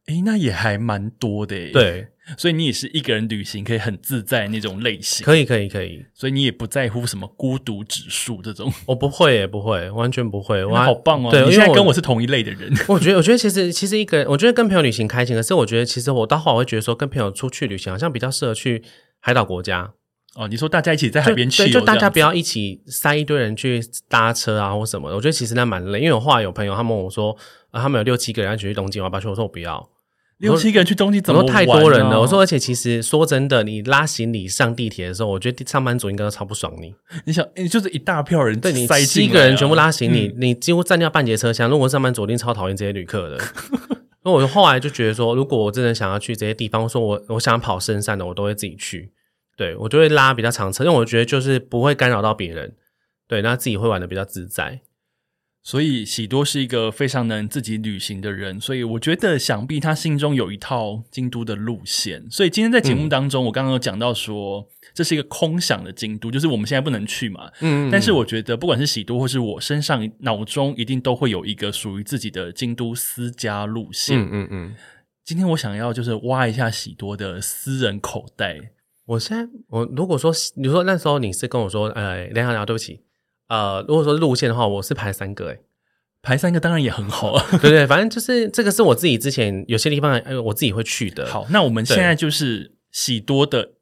Speaker 1: 诶，那也还蛮多的诶。，
Speaker 2: 对，
Speaker 1: 所以你也是一个人旅行，可以很自在那种类型，
Speaker 2: 可以，可以，可以。
Speaker 1: 所以你也不在乎什么孤独指数这种。
Speaker 2: 我不会耶，不会，完全不会。我
Speaker 1: 哇，
Speaker 2: 还
Speaker 1: 好棒哦！
Speaker 2: 对，
Speaker 1: 你
Speaker 2: 因
Speaker 1: 现
Speaker 2: 为
Speaker 1: 在跟我是同一类的人。
Speaker 2: 我觉得，我觉得其实其实一个，我觉得跟朋友旅行开心，可是我觉得其实我到后来会觉得说，跟朋友出去旅行好像比较适合去海岛国家，
Speaker 1: 哦，你说大家一起在海边
Speaker 2: 就
Speaker 1: 去，哦
Speaker 2: 对，就大家不要一起塞一堆人去搭车啊或什么的。我觉得其实那蛮累，因为我后来有朋友他们问我说，呃、他们有六七个人要一起去东京玩，我要去，我说我不要，
Speaker 1: 六七个人去东京，怎
Speaker 2: 我
Speaker 1: 么
Speaker 2: 说太多人
Speaker 1: 玩
Speaker 2: 了。
Speaker 1: 啊
Speaker 2: 我说，而且其实说真的，你拉行李上地铁的时候，我觉得上班族应该都超不爽你。
Speaker 1: 你想，你就是一大票人，
Speaker 2: 对你
Speaker 1: 塞
Speaker 2: 七
Speaker 1: 进
Speaker 2: 个
Speaker 1: 来啊
Speaker 2: 人全部，拉行李，你几乎占掉半节车厢。如果上班族，一定超讨厌这些旅客的。 那我后来就觉得说，如果我真的想要去这些地方，说我我想跑深山的，我都会自己去。对我就会拉比较长车，因为我觉得就是不会干扰到别人。对，那自己会玩的比较自在。
Speaker 1: 所以喜多是一个非常能自己旅行的人，所以我觉得想必他心中有一套京都的路线。所以今天在节目
Speaker 2: 嗯
Speaker 1: 当中，我刚刚有讲到说，这是一个空想的京都，就是我们现在不能去嘛。
Speaker 2: 嗯
Speaker 1: 但是我觉得，不管是喜多或是我身上，脑中一定都会有一个属于自己的京都私家路线。
Speaker 2: 嗯嗯嗯，
Speaker 1: 今天我想要就是挖一下喜多的私人口袋，
Speaker 2: 我现在我如果说你说那时候你是跟我说，呃，梁小聊，对不起，呃，如果说路线的话，我是排三个、欸，
Speaker 1: 排三个当然也很好啊。
Speaker 2: 对对，反正就是这个是我自己之前有些地方呃我自己会去的。，
Speaker 1: 好，那我们现在就是喜多的，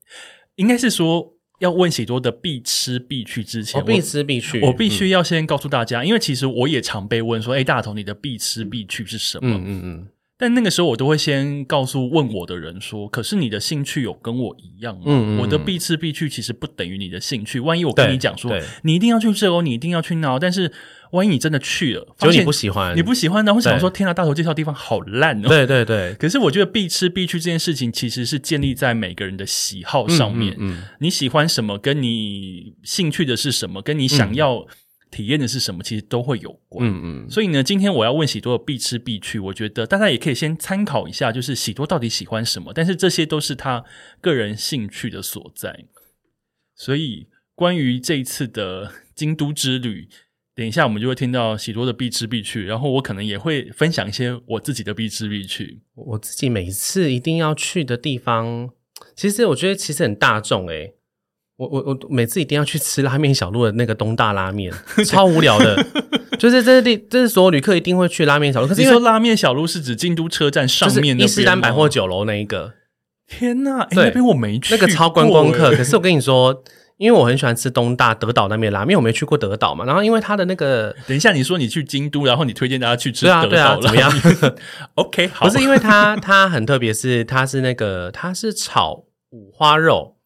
Speaker 1: 应该是说要问喜多的必吃必去之前，
Speaker 2: 我哦必吃嗯必去，
Speaker 1: 我，我必须要先告诉大家，因为其实我也常被问说，哎、大头你的必吃必去是什么？
Speaker 2: 嗯嗯嗯，
Speaker 1: 但那个时候我都会先告诉问我的人说，可是你的兴趣有跟我一样吗？
Speaker 2: 嗯嗯嗯
Speaker 1: 我的必吃必去其实不等于你的兴趣。万一我跟
Speaker 2: 对
Speaker 1: 你讲说
Speaker 2: 对，
Speaker 1: 你一定要去这哦，你一定要去那哦，但是万一你真的去了，发
Speaker 2: 结果你
Speaker 1: 现
Speaker 2: 不喜欢，
Speaker 1: 你不喜欢呢，会想
Speaker 2: 对
Speaker 1: 说，天啊，大头介绍的地方好烂哦。
Speaker 2: 对对对，
Speaker 1: 可是我觉得必吃必去这件事情，其实是建立在每个人的喜好上面。
Speaker 2: 嗯嗯嗯
Speaker 1: 你喜欢什么，跟你兴趣的是什么，跟你想要体验的是什么，其实都会有关。
Speaker 2: 嗯嗯
Speaker 1: 所以呢，今天我要问喜多的必吃必去，我觉得大家也可以先参考一下，就是喜多到底喜欢什么。但是这些都是他个人兴趣的所在。所以关于这一次的京都之旅，等一下我们就会听到喜多的必吃必去，然后我可能也会分享一些我自己的必吃必去。
Speaker 2: 我自己每次一定要去的地方，其实我觉得其实很大众诶、我我我每次一定要去吃拉面小路的那个东大拉面， 超无聊的， 就是这是地这是所有旅客一定会去拉面小路，可是
Speaker 1: 你
Speaker 2: 因为
Speaker 1: 说拉面小路是指京都车站上
Speaker 2: 就是
Speaker 1: 面那边
Speaker 2: 伊斯兰百货
Speaker 1: 吗？
Speaker 2: 酒楼那一个，
Speaker 1: 天呐，哎、
Speaker 2: 对
Speaker 1: 那边我没去，哎
Speaker 2: 那个超观光客。。可是我跟你说，因为我很喜欢吃东大德岛那边的拉面，因为我没去过德岛嘛。然后因为它的那个
Speaker 1: 等一下，你说你去京都，然后你推荐大家去吃
Speaker 2: 对啊
Speaker 1: 德
Speaker 2: 对啊
Speaker 1: 岛
Speaker 2: 怎
Speaker 1: 拉
Speaker 2: 么
Speaker 1: 面、
Speaker 2: 样？
Speaker 1: ？OK，好，
Speaker 2: 不是因为它它很特别，是它是那个它是炒五花肉，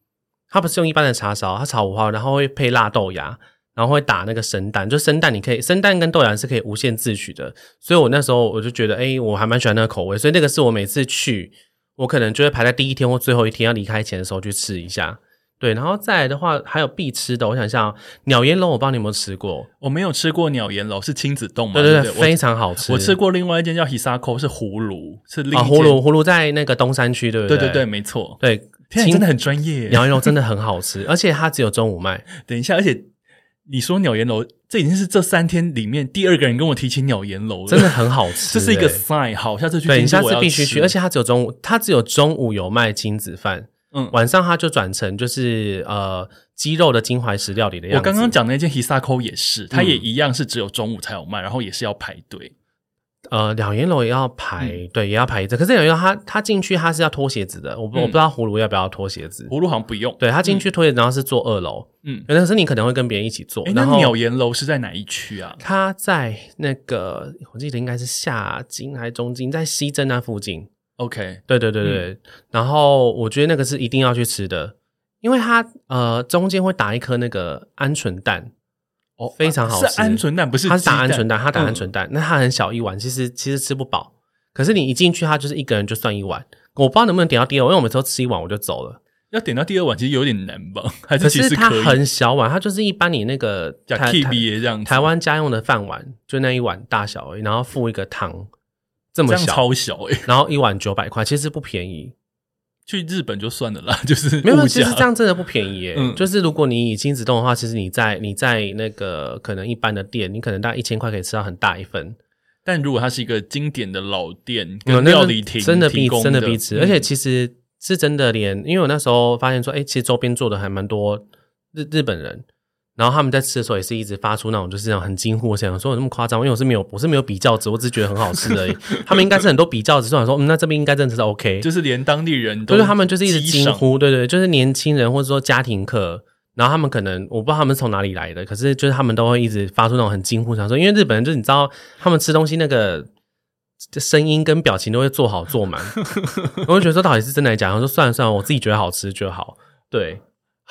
Speaker 2: 它不是用一般的叉烧，它炒五花肉，然后会配辣豆芽。然后会打那个生蛋，就生蛋你可以生蛋跟豆芽是可以无限自取的，所以我那时候我就觉得，哎，我还蛮喜欢那个口味，所以那个是我每次去，我可能就会排在第一天或最后一天要离开前的时候去吃一下。对，然后再来的话，还有必吃的，我想想，鸟烟笼，我不知道你有没有吃过？
Speaker 1: 我没有吃过鸟岩楼，是亲子洞嘛？
Speaker 2: 对
Speaker 1: 哦对
Speaker 2: 对，
Speaker 1: 不
Speaker 2: 非常好吃。
Speaker 1: 我我吃过另外一间叫 Hisako，是葫芦，是另一
Speaker 2: 啊，
Speaker 1: 间
Speaker 2: 葫芦，葫芦在那个东山区，对不
Speaker 1: 对
Speaker 2: 对
Speaker 1: 对对，没错。
Speaker 2: 对，
Speaker 1: 天啊，你
Speaker 2: 亲
Speaker 1: 真的很专业。
Speaker 2: 鸟一楼真的很好吃，而且它只有中午卖。
Speaker 1: 等一下，而且你说鸟岩楼，这已经是这三天里面第二个人跟我提起鸟岩楼了，
Speaker 2: 真的很好 吃、
Speaker 1: 这是一个
Speaker 2: 欸
Speaker 1: sign。好，下次去
Speaker 2: 对，
Speaker 1: 京都
Speaker 2: 你下
Speaker 1: 我
Speaker 2: 次
Speaker 1: 要
Speaker 2: 必须去，
Speaker 1: 吃
Speaker 2: 而且它只有中午，它只有中午有卖亲子饭，
Speaker 1: 嗯
Speaker 2: 晚上它就转成就是呃鸡肉的金怀石料理的样
Speaker 1: 我
Speaker 2: 子。嗯
Speaker 1: 刚刚讲那件 Hisako 也是，它也一样是只有中午才有卖，然后也是要排队。
Speaker 2: 呃，两元楼也要排，
Speaker 1: 嗯
Speaker 2: 对，也要排着。可是两元楼它它进去它是要脱鞋子的，我
Speaker 1: 嗯
Speaker 2: 不、我不知道葫芦要不要脱鞋子。
Speaker 1: 葫芦好像不用。
Speaker 2: 对，它进去脱鞋子，然后是坐二楼，
Speaker 1: 嗯，
Speaker 2: 有的是你可能会跟别人一起坐，
Speaker 1: 哎，那
Speaker 2: 然后
Speaker 1: 鸟岩楼是在哪一区啊？
Speaker 2: 它在那个我记得应该是下京还是中京，在西镇那附近。
Speaker 1: OK，
Speaker 2: 对对对对，
Speaker 1: 嗯
Speaker 2: 然后我觉得那个是一定要去吃的，因为它呃中间会打一颗那个鹌鹑蛋，
Speaker 1: 哦
Speaker 2: 非常好吃
Speaker 1: 是鹌鹑蛋，不是
Speaker 2: 它是打鹌鹑
Speaker 1: 鸡
Speaker 2: 蛋，它打鹌
Speaker 1: 嗯
Speaker 2: 鹑蛋，那它很小一碗，其实其实吃不饱，可是你一进去，它就是一个人就算一碗，我不知道能不能点到第二碗，因为我每次都吃一碗我就走了，
Speaker 1: 要点到第二碗，其实有点难吧？ 还是
Speaker 2: 可
Speaker 1: 其实
Speaker 2: 它
Speaker 1: 可以
Speaker 2: 很小碗，它就是一般你那个
Speaker 1: 加
Speaker 2: 台
Speaker 1: K
Speaker 2: 台
Speaker 1: B 这样子，
Speaker 2: 台湾家用的饭碗，就那一碗大小而已，然后附一个汤，这
Speaker 1: 这
Speaker 2: 么
Speaker 1: 样
Speaker 2: 小，
Speaker 1: 超小哎，
Speaker 2: 然后一碗九百块，其实不便宜。
Speaker 1: 去日本就算了啦， 就是
Speaker 2: 没有，
Speaker 1: 物
Speaker 2: 其实
Speaker 1: 价
Speaker 2: 这样真的不便宜耶。
Speaker 1: 嗯
Speaker 2: 就是如果你以亲子冻的话，其实你在你在那个可能一般的店，你可能大概一千块可以吃到很大一份。
Speaker 1: 但如果它是一个经典的老店，
Speaker 2: 嗯
Speaker 1: 跟
Speaker 2: 那个
Speaker 1: 料理亭
Speaker 2: 真的
Speaker 1: 提
Speaker 2: 必
Speaker 1: 供
Speaker 2: 真的必吃，
Speaker 1: 嗯
Speaker 2: 而且其实是真的连，因为我那时候发现说，哎、其实周边做的还蛮多日日本人。然后他们在吃的时候也是一直发出那种就是那种很惊呼，我想说有那嗯么夸张？因为我是没有我是没有比较值，我只是觉得很好吃 而已。他们应该是很多比较值，所以我想说嗯，那这边应该真的是 OK。
Speaker 1: 就是连当地人都
Speaker 2: 就是他们就是一直
Speaker 1: 激
Speaker 2: 惊
Speaker 1: 赏，
Speaker 2: 呼，对对，就是年轻人或者说家庭客，然后他们可能我不知道他们是从哪里来的，可是就是他们都会一直发出那种很惊呼，想说，因为日本人就是你知道他们吃东西那个声音跟表情都会做好 做满，我就觉得说到底是真的还是假的，我说算了算了，我自己觉得好吃就好，对，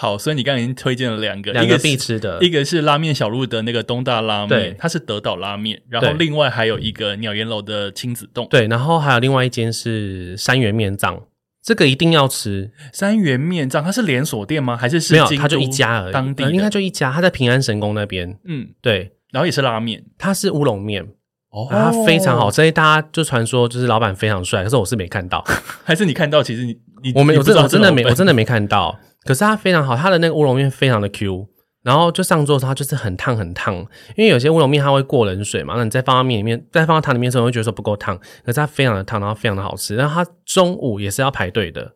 Speaker 1: 好，所以你刚才已经推荐了两个，
Speaker 2: 两
Speaker 1: 一个
Speaker 2: 个
Speaker 1: 是
Speaker 2: 必吃的
Speaker 1: 一，个是拉面小路的那个东大拉面
Speaker 2: 对，
Speaker 1: 它是德岛拉面，然后
Speaker 2: 对
Speaker 1: 另外还有一个鸟岩楼的亲子洞。
Speaker 2: 对，然后还有另外一间是山原面藏，这个一定要吃，
Speaker 1: 三元面藏它是连锁店吗？还是是
Speaker 2: 没有
Speaker 1: 京都
Speaker 2: 它就一家而已，
Speaker 1: 当地
Speaker 2: 呃
Speaker 1: 的
Speaker 2: 应该就一家，它在平安神宫那边，
Speaker 1: 嗯，
Speaker 2: 对，
Speaker 1: 然后也是拉面
Speaker 2: 它是乌龙面，
Speaker 1: 哦
Speaker 2: 然后它非常好，，所以大家就传说就是老板非常帅，可是我是没看到，
Speaker 1: 还是你看到其实你 你
Speaker 2: 我没
Speaker 1: 你
Speaker 2: 有
Speaker 1: 不知
Speaker 2: 真
Speaker 1: 道
Speaker 2: 我真的没
Speaker 1: 这老
Speaker 2: 我
Speaker 1: 板
Speaker 2: 真的没看到，可是它非常好，它的那个乌龙面非常的 Q，然后就上桌的时候它就是很烫很烫，因为有些乌龙面它会过冷水嘛，那你再放到面里面，再放到汤里面的时候，你会觉得说不够烫，可是它非常的烫，然后非常的好吃，然后它中午也是要排队的，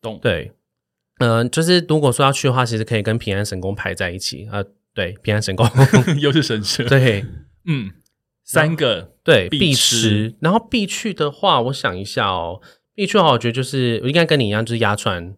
Speaker 1: 懂
Speaker 2: 对，呃，就是如果说要去的话，其实可以跟平安神宫排在一起，呃，对，平安神宫，
Speaker 1: 又是神社，
Speaker 2: 对
Speaker 1: 嗯，三个
Speaker 2: 对，
Speaker 1: 必
Speaker 2: 必
Speaker 1: 吃
Speaker 2: 吃。然后必去的话，我想一下哦，必去的话，我觉得就是我应该跟你一样，就是鸭川，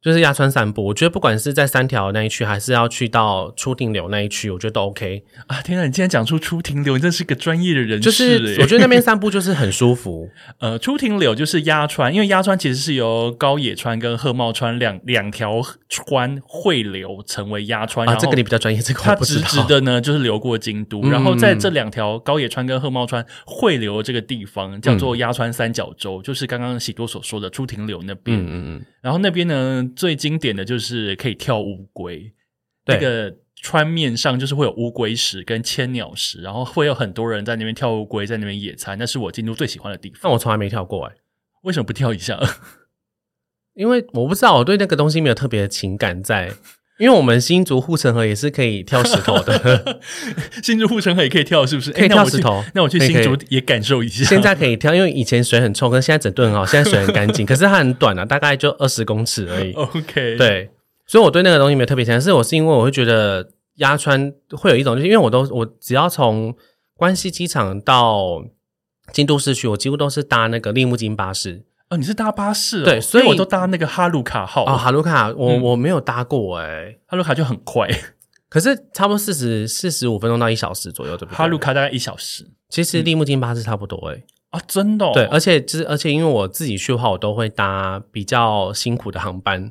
Speaker 2: 就是鸭川散步。我觉得不管是在三条那一区，还是要去到初定柳那一区，我觉得都 OK。
Speaker 1: 啊！天哪，你竟然讲出初停留，你真是个专业的人士。
Speaker 2: 就是
Speaker 1: 欸
Speaker 2: 我觉得那边散步就是很 舒服，
Speaker 1: 呃，初停柳就是鸭川，因为鸭川其实是由高野川跟鹤茂川两两条川汇流成为鸭川，
Speaker 2: 啊，
Speaker 1: 然后
Speaker 2: 这个你比较专业，这个
Speaker 1: 它
Speaker 2: 我不
Speaker 1: 直
Speaker 2: 知
Speaker 1: 直
Speaker 2: 道。
Speaker 1: 的呢就是流过京都，
Speaker 2: 嗯
Speaker 1: 然后在这两条高野川跟鹤茂川汇流的这个地方叫
Speaker 2: 嗯
Speaker 1: 做鸭川三角洲，就是刚刚喜多所说的初停柳那边。
Speaker 2: 嗯嗯嗯，
Speaker 1: 然后那边呢最经典的就是可以跳乌龟，
Speaker 2: 对
Speaker 1: 那个。川面上就是会有乌龟石跟千鸟石，然后会有很多人在那边跳乌龟，在那边野餐，那是我京都最喜欢的地
Speaker 2: 但
Speaker 1: 方。
Speaker 2: 我从来没跳过哎、
Speaker 1: 为什么不跳一下？
Speaker 2: 因为我不知道我对那个东西没有特别的情感在。因为我们新竹护城河也是可以跳石头的，
Speaker 1: 新竹护城河也可以跳，是不是？
Speaker 2: 可以
Speaker 1: 诶那
Speaker 2: 跳
Speaker 1: 我去
Speaker 2: 石头
Speaker 1: 那我去
Speaker 2: 可以
Speaker 1: 新竹
Speaker 2: 可
Speaker 1: 也感受 一下。
Speaker 2: 现在可以跳，因为以前水很臭，可是现在整顿很好，现在水 很干净，可是它很短啊，大概就二十公尺而已。
Speaker 1: 哦 OK，，
Speaker 2: 对，所以我对那个东西没有特别强，是我是因为我会觉得鸭川会有一种，就是因为我都我只要从关西机场到京都市区，我几乎都是搭那个立木金巴士
Speaker 1: 哦，你是搭巴士、哦，
Speaker 2: 对所以
Speaker 1: 因为我都搭那个哈鲁卡号，
Speaker 2: 哦，哈鲁卡我、
Speaker 1: 嗯
Speaker 2: 我没有搭过哎、
Speaker 1: 哈鲁卡就很快，
Speaker 2: 可是差不多四十四十五分钟到一小时左右，对不对？
Speaker 1: 哈鲁，卡嗯大概一小时
Speaker 2: 其实立木金巴士差不多哎、
Speaker 1: 啊，真的、哦，
Speaker 2: 对，而且就是而且因为我自己去的话，我都会搭比较辛苦的航班，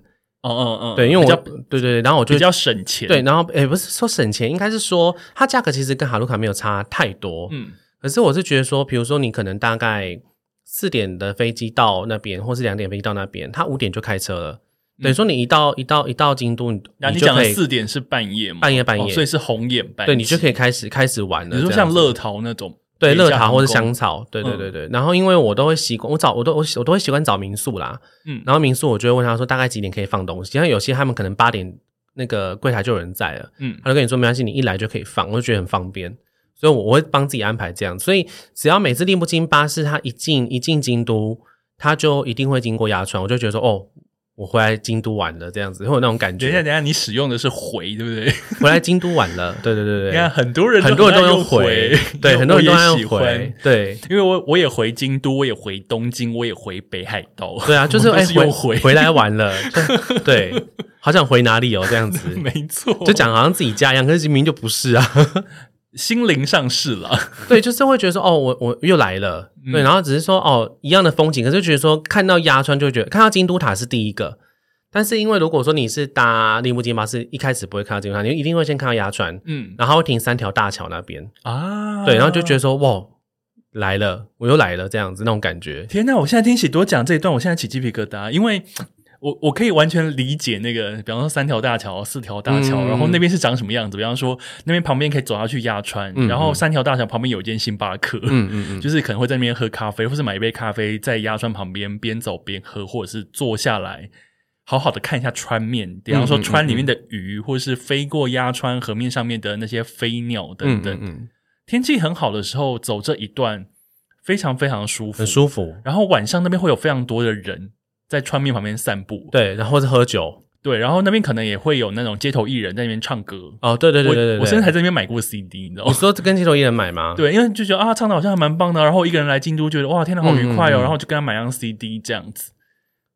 Speaker 1: 嗯嗯嗯，
Speaker 2: 对，因为
Speaker 1: 比
Speaker 2: 我
Speaker 1: 较
Speaker 2: 对对对，然后我就
Speaker 1: 比较省钱，
Speaker 2: 对，，然后诶，不是说省钱，应该是说它价格其实跟哈鲁卡没有差太多。
Speaker 1: 嗯，
Speaker 2: 可是我是觉得说，比如说你可能大概四点的飞机到那边，或是两点飞机到那边，它五点就开车了。等于说你一到一到一到京都，你
Speaker 1: 然后嗯你
Speaker 2: 就
Speaker 1: 讲的
Speaker 2: 可以
Speaker 1: 四点是半夜嘛，
Speaker 2: 半夜半夜
Speaker 1: 哦所以是红眼半夜，
Speaker 2: 对你就可以开始开始玩了。
Speaker 1: 你说
Speaker 2: 这样
Speaker 1: 像
Speaker 2: 子
Speaker 1: 乐桃那种，
Speaker 2: 对
Speaker 1: 廉
Speaker 2: 乐
Speaker 1: 价
Speaker 2: 桃或
Speaker 1: 航
Speaker 2: 者
Speaker 1: 空
Speaker 2: 香草，对对
Speaker 1: 嗯
Speaker 2: 对对。然后因为我都会习惯，我找我都我我都会习惯找民宿啦。
Speaker 1: 嗯
Speaker 2: 然后民宿我就会问他说大概几点可以放东西，像有些他们可能八点那个柜台就有人在了。
Speaker 1: 嗯，
Speaker 2: 他就跟你说没关系，你一来就可以放，我就觉得很方便，所以我我会帮自己安排这样。所以只要每次利木金巴士它一进一进京都，它就一定会经过鸭川，我就觉得说哦，我回来京都玩了这样子，会有那种感
Speaker 1: 等一下
Speaker 2: 觉，
Speaker 1: 等一下，你使用的是回，对不对？
Speaker 2: 回来京都玩了，对对对
Speaker 1: 你
Speaker 2: 对
Speaker 1: 看。很多人
Speaker 2: 很多人
Speaker 1: 爱
Speaker 2: 都
Speaker 1: 用
Speaker 2: 用回， 对，很多人都
Speaker 1: 我也
Speaker 2: 要
Speaker 1: 喜
Speaker 2: 回
Speaker 1: 欢，
Speaker 2: 对
Speaker 1: 因为我我也回京都，我也回东京，我也回北海道。
Speaker 2: 对啊，就是
Speaker 1: 我都
Speaker 2: 哎、
Speaker 1: 是
Speaker 2: 回
Speaker 1: 用回
Speaker 2: 回来玩 了，就对，好想回哪里哦，这样子
Speaker 1: 没啊错，
Speaker 2: 就讲好像自己家一样，可是明明就不是 啊。
Speaker 1: 心灵上市了。
Speaker 2: 对，就是会觉得说，哦，我我又来了，
Speaker 1: 嗯
Speaker 2: 对，然后只是说，哦，一样的风景，可是觉得说，看到鸭川就会觉得看到京都塔是第一个，但是因为如果说你是搭立木金巴士，一开始不会看到京都塔，你一定会先看到鸭川，
Speaker 1: 嗯
Speaker 2: 然后会停三条大桥那边，
Speaker 1: 啊，
Speaker 2: 对，然后就觉
Speaker 1: 得
Speaker 2: 得说，哇，来了，我又来了，这样子那种 感觉，
Speaker 1: 天哪！我现在听喜多讲这一段，我现在起鸡皮疙瘩，因为。 我我可以完全理解那个，比方说三条大桥、四条大桥，
Speaker 2: 嗯
Speaker 1: 然后那边是长什么样子。比方说那边旁边可以走下去鸭川，
Speaker 2: 嗯
Speaker 1: 然后三条大桥旁边有一间星巴克，
Speaker 2: 嗯嗯嗯，
Speaker 1: 就是可能会在那边喝咖啡，或是买一杯咖啡，在鸭川旁边边走边喝，或者是坐下来好好的看一下川面，比方说
Speaker 2: 嗯嗯
Speaker 1: 川里面的鱼，或是飞过鸭川河面上面的那些飞鸟等等。
Speaker 2: 嗯嗯嗯，
Speaker 1: 天气很好的时候走这一段非常非常舒服，
Speaker 2: 很舒服，
Speaker 1: 然后晚上那边会有非常多的人在川面旁边散步，
Speaker 2: 对，然后是喝酒，
Speaker 1: 对，然后那边可能也会有那种街头艺人在那边唱歌。
Speaker 2: 哦，对对对对对，
Speaker 1: 我我甚至还
Speaker 2: 对
Speaker 1: 在那边买过 CD，你知道吗
Speaker 2: 你？说跟街头艺人买吗？
Speaker 1: 对，因为就觉得啊，唱的好像还蛮棒的，然后一个人来京都，觉得哇，天哪，好愉快哦，
Speaker 2: 嗯嗯嗯
Speaker 1: 然后就跟他买张 CD 这样子，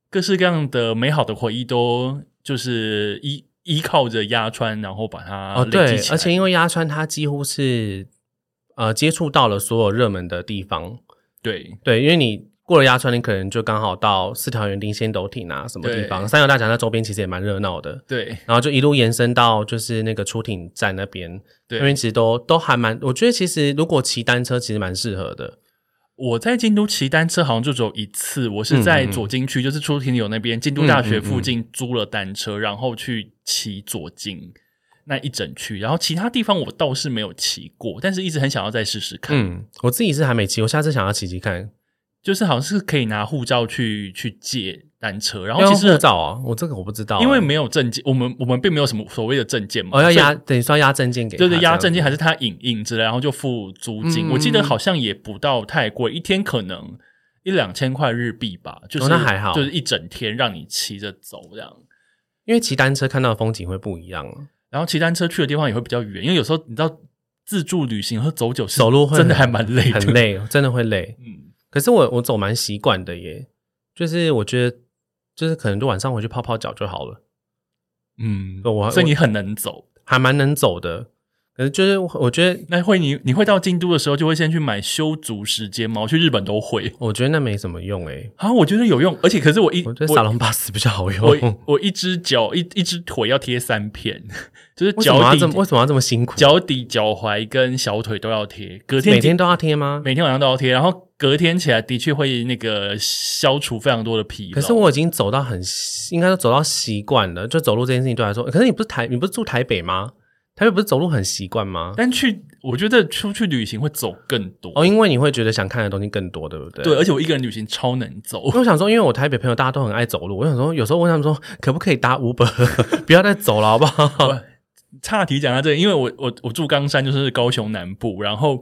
Speaker 1: 各式各样的美好的回忆都就是依依靠着鸭川，然后把它
Speaker 2: 哦，
Speaker 1: 啊累
Speaker 2: 对
Speaker 1: 积起，来。
Speaker 2: 而且因为鸭川它几乎是呃接触到了所有热门的地方，
Speaker 1: 对
Speaker 2: 对，因为你过了鸭川，你可能就刚好到四条园林仙斗町啊什么地
Speaker 1: 对
Speaker 2: 方，三条大桥那周边其实也蛮热闹的，
Speaker 1: 对
Speaker 2: 然后就一路延伸到就是那个出町站那边，那
Speaker 1: 对
Speaker 2: 边，其实都都还蛮，我觉得其实如果骑单车其实蛮适合的，
Speaker 1: 我在京都骑单车好像就只有一次，我是在
Speaker 2: 嗯嗯嗯
Speaker 1: 左京区，就是出庭柳那边，京都大学
Speaker 2: 嗯嗯嗯
Speaker 1: 附近租了单车，然后去骑左京。那一整区，然后其他地方我倒是没有骑过，但是一直很想要再试试看。
Speaker 2: 嗯，我自己是还没骑，我下次想要骑骑看。
Speaker 1: 就是好像是可以拿护照去去借单车，然后
Speaker 2: 要
Speaker 1: 其
Speaker 2: 用护
Speaker 1: 实
Speaker 2: 照啊，我这个我不知道欸、
Speaker 1: 因为没有证件，我们我们并没有什么所谓的证件嘛，
Speaker 2: 我、要
Speaker 1: 所以
Speaker 2: 压，等于说压证件给他，
Speaker 1: 对对，压证件
Speaker 2: 这样
Speaker 1: 还是他影印之类，然后就付租金。
Speaker 2: 嗯
Speaker 1: 我记得好像也不到太贵，一天可能一两千块日币吧，就是、
Speaker 2: 哦那还好
Speaker 1: 就是一整天让你骑着走这样。
Speaker 2: 因为骑单车看到的风景会不一样啊。
Speaker 1: 然后骑单车去的地方也会比较远，因为有时候你知道自助旅行和走久是
Speaker 2: 走路会
Speaker 1: 真的
Speaker 2: 很
Speaker 1: 还蛮累的，
Speaker 2: 很。累，真的会累。
Speaker 1: 嗯，
Speaker 2: 可是我我走蛮习惯的耶，就是我觉得就是可能就晚上回去泡泡脚就好了，
Speaker 1: 嗯，
Speaker 2: 哦我
Speaker 1: 所以你很能走。
Speaker 2: 还蛮能走的。可是就是我我觉得
Speaker 1: 那会你你会到京都的时候，就会先去买修足时间吗？我去日本都会
Speaker 2: 我觉得那没什么用诶，
Speaker 1: 啊，我觉得有用，而且可是我一
Speaker 2: 我觉得
Speaker 1: 我
Speaker 2: 撒隆巴斯比较好用
Speaker 1: 我。我一只脚一一只腿要贴三片，就是
Speaker 2: 为什么
Speaker 1: 脚
Speaker 2: 要
Speaker 1: 底
Speaker 2: 这么为什么要这么辛苦？
Speaker 1: 脚底、脚踝跟小腿都要贴，隔天
Speaker 2: 每天都要贴吗？
Speaker 1: 每天晚上都要贴，然后隔天起来的确会那个消除非常多的疲劳。
Speaker 2: 可是我已经走到很，应该都走到习惯了，就走路这件事情对我来说。可是你不是台，你不是住台北吗？台北不是走路很习惯吗？
Speaker 1: 但去我觉得出去旅行会走更多，
Speaker 2: 哦，因为你会觉得想看的东西更多，对不对？
Speaker 1: 对，而且我一个人旅行超能走
Speaker 2: 因，为我想说，因为我台北朋友大家都很爱走路，我想说，有时候问他们说，可不可以搭 Uber，不要 再走了，好不 好？
Speaker 1: 岔题讲到这里，因为我我我住冈山，就是高雄南部，然后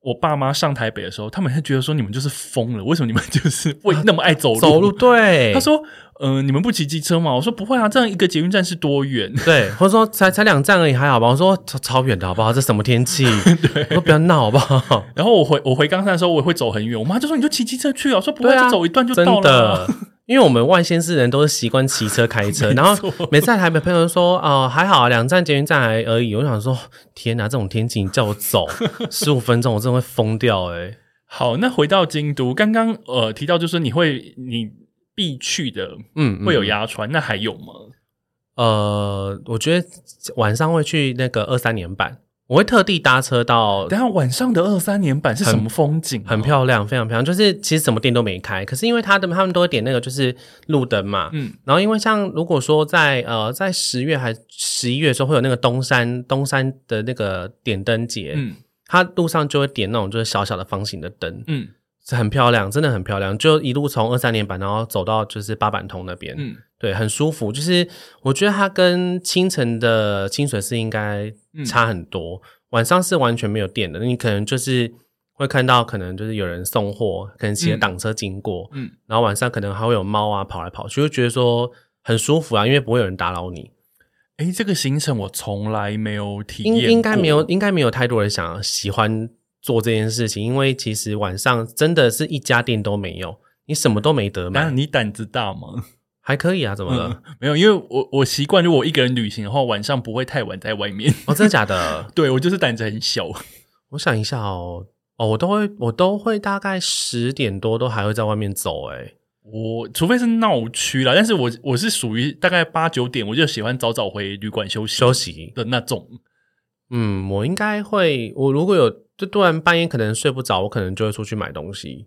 Speaker 1: 我爸妈上台北的时候，他们还觉得说你们就是疯了，为什么你们就是会那么爱走路？
Speaker 2: 啊走路对，
Speaker 1: 他说：“嗯、你们不骑机车吗？”我说：“不会啊，这样一个捷运站是多远？
Speaker 2: 对，或者说才才两站而已，还好吧？我说超超远的好不好？这什么天 气？我说不要闹好不好？
Speaker 1: 然后我回我回冈山的时候，我也会走很远。我妈就说：“你就骑机车去啊。”我说：“不会，
Speaker 2: 对啊
Speaker 1: 就走一段 就
Speaker 2: 真
Speaker 1: 到了啊。
Speaker 2: 的。因为我们外县市人都是习惯骑车 开车，然后每次在台北朋友就说，哦、还好啊两站捷运站还而已。我想说，天哪，这种天气你叫 我走十五分钟，我真的会疯掉哎、欸！
Speaker 1: 好，那回到京都，刚刚呃提到就是你会你必去的
Speaker 2: 嗯，嗯
Speaker 1: 会有压川，那还有吗？
Speaker 2: 呃，我觉得晚上会去那个二三年版，我会特地搭车到，
Speaker 1: 等一下晚上的二三年版是什么风景啊、
Speaker 2: 很漂亮，非常漂亮。就是其实什么店都没开，可是因为他的他们都会点那个就是路灯嘛，
Speaker 1: 嗯，
Speaker 2: 然后因为像如果说在呃在十月还十一月的时候会有那个东山东山的那个点灯节，
Speaker 1: 嗯
Speaker 2: 它路上就会点那种就是小小的方形的灯，
Speaker 1: 嗯
Speaker 2: 是很漂亮，真的很漂亮。就一路从二三年版，然后走到就是八坂通那边，
Speaker 1: 嗯
Speaker 2: 对，很舒服。就是我觉得它跟清晨的清水寺应该
Speaker 1: 嗯
Speaker 2: 差很多，晚上是完全没有电的，你可能就是会看到，可能就是有人送货，可能骑着挡车经过，
Speaker 1: 嗯嗯
Speaker 2: 然后晚上可能还会有猫啊跑来跑去，就觉得说很舒服啊，因为不会有人打扰你。
Speaker 1: 哎、这个行程我从来没有体验
Speaker 2: 应
Speaker 1: 过，
Speaker 2: 应该没有，应该没有太多人想喜欢做这件事情，因为其实晚上真的是一家店都没有，你什么都没得
Speaker 1: 当
Speaker 2: 买，
Speaker 1: 然，嗯你胆子大吗？
Speaker 2: 还可以啊，怎么了？
Speaker 1: 没有，因为我我习惯，如果我一个人旅行的话，晚上不会太晚在外面。
Speaker 2: 哦，真的假 的？
Speaker 1: 对我就是胆子很小，
Speaker 2: 我想一下哦，哦，我都会，我都会大概十点多都还会在外面走、欸，
Speaker 1: 我除非是闹区啦，但是我我是属于大概八九点我就喜欢早早回旅馆休息
Speaker 2: 休息。
Speaker 1: 的那种。
Speaker 2: 嗯，我应该会，我如果有就突然半夜可能睡不着，我可能就会出去买东西。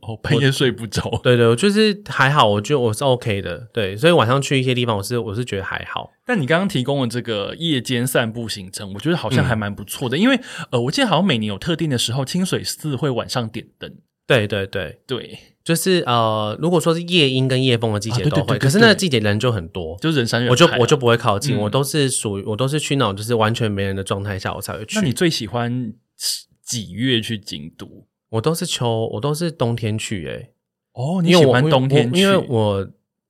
Speaker 1: 哦，半夜睡不着。
Speaker 2: 对对，我就是还好，我觉得我是 OK 的。对，所以晚上去一些地方，我是我是觉得还好。
Speaker 1: 但你刚刚提供的这个夜间散步行程，我觉得好像
Speaker 2: 嗯
Speaker 1: 还蛮不错的，因为呃，我记得好像每年有特定的时候，清水寺会晚上点灯。
Speaker 2: 对对对，
Speaker 1: 对，
Speaker 2: 就是呃，如果说是夜莺跟夜风的季
Speaker 1: 啊
Speaker 2: 节
Speaker 1: 对
Speaker 2: 都
Speaker 1: 对
Speaker 2: 会，
Speaker 1: 对对
Speaker 2: 可是那个
Speaker 1: 对
Speaker 2: 季节人就很多，
Speaker 1: 就是人山人海啊。
Speaker 2: 我就我就不会靠近，
Speaker 1: 嗯
Speaker 2: 我都是属于我都是去那种就是完全没人的状态下我才会去。
Speaker 1: 那你最喜欢几月去京都？
Speaker 2: 我都是秋，我都是冬天去、欸，
Speaker 1: 哦，你
Speaker 2: 因
Speaker 1: 喜
Speaker 2: 为我
Speaker 1: 欢冬天
Speaker 2: 我
Speaker 1: 去？
Speaker 2: 因为我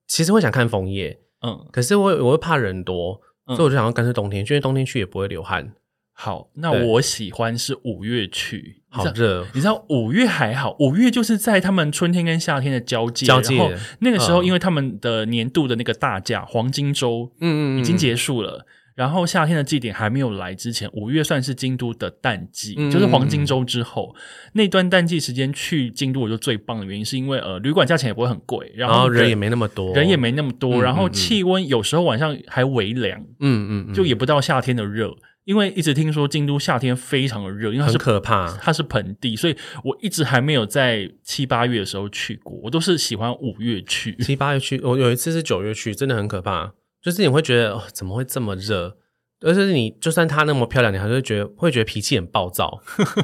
Speaker 2: 其实会想看枫叶，
Speaker 1: 嗯，
Speaker 2: 可是我我会怕人多，
Speaker 1: 嗯
Speaker 2: 所以我就想要干脆冬天去，因为冬天去也不会流汗，
Speaker 1: 好，那
Speaker 2: 对
Speaker 1: 我喜欢是五月去，
Speaker 2: 好
Speaker 1: 这样
Speaker 2: 热。
Speaker 1: 你知道五月还好，五月就是在他们春天跟夏天的交界，
Speaker 2: 交界
Speaker 1: 然后那个时候
Speaker 2: 嗯
Speaker 1: 因为他们的年度的那个大假黄金周
Speaker 2: 嗯
Speaker 1: 已经结束了。然后夏天的祭典还没有来之前，五月算是京都的淡季，
Speaker 2: 嗯
Speaker 1: 就是黄金周之后那段淡季时间去京都，我觉得最棒的原因是因为呃旅馆价钱也不会很贵，然
Speaker 2: 然后
Speaker 1: 后
Speaker 2: 人也没那么多，
Speaker 1: 人也没那么多，
Speaker 2: 嗯
Speaker 1: 然后
Speaker 2: 嗯嗯
Speaker 1: 气温有时候晚上还微凉，
Speaker 2: 嗯，嗯嗯，
Speaker 1: 就也不到夏天的热，因为一直听说京都夏天非常的热，因为它
Speaker 2: 很
Speaker 1: 是
Speaker 2: 可怕。
Speaker 1: 它是盆地，所以我一直还没有在七八月的时候去过，我都是喜欢五月去。
Speaker 2: 七八月去，我有一次是九月去，真的很可怕，就是你会觉得、哦、怎么会这么热？而是你就算她那么漂亮，你还是会觉得会觉得脾气很 暴躁，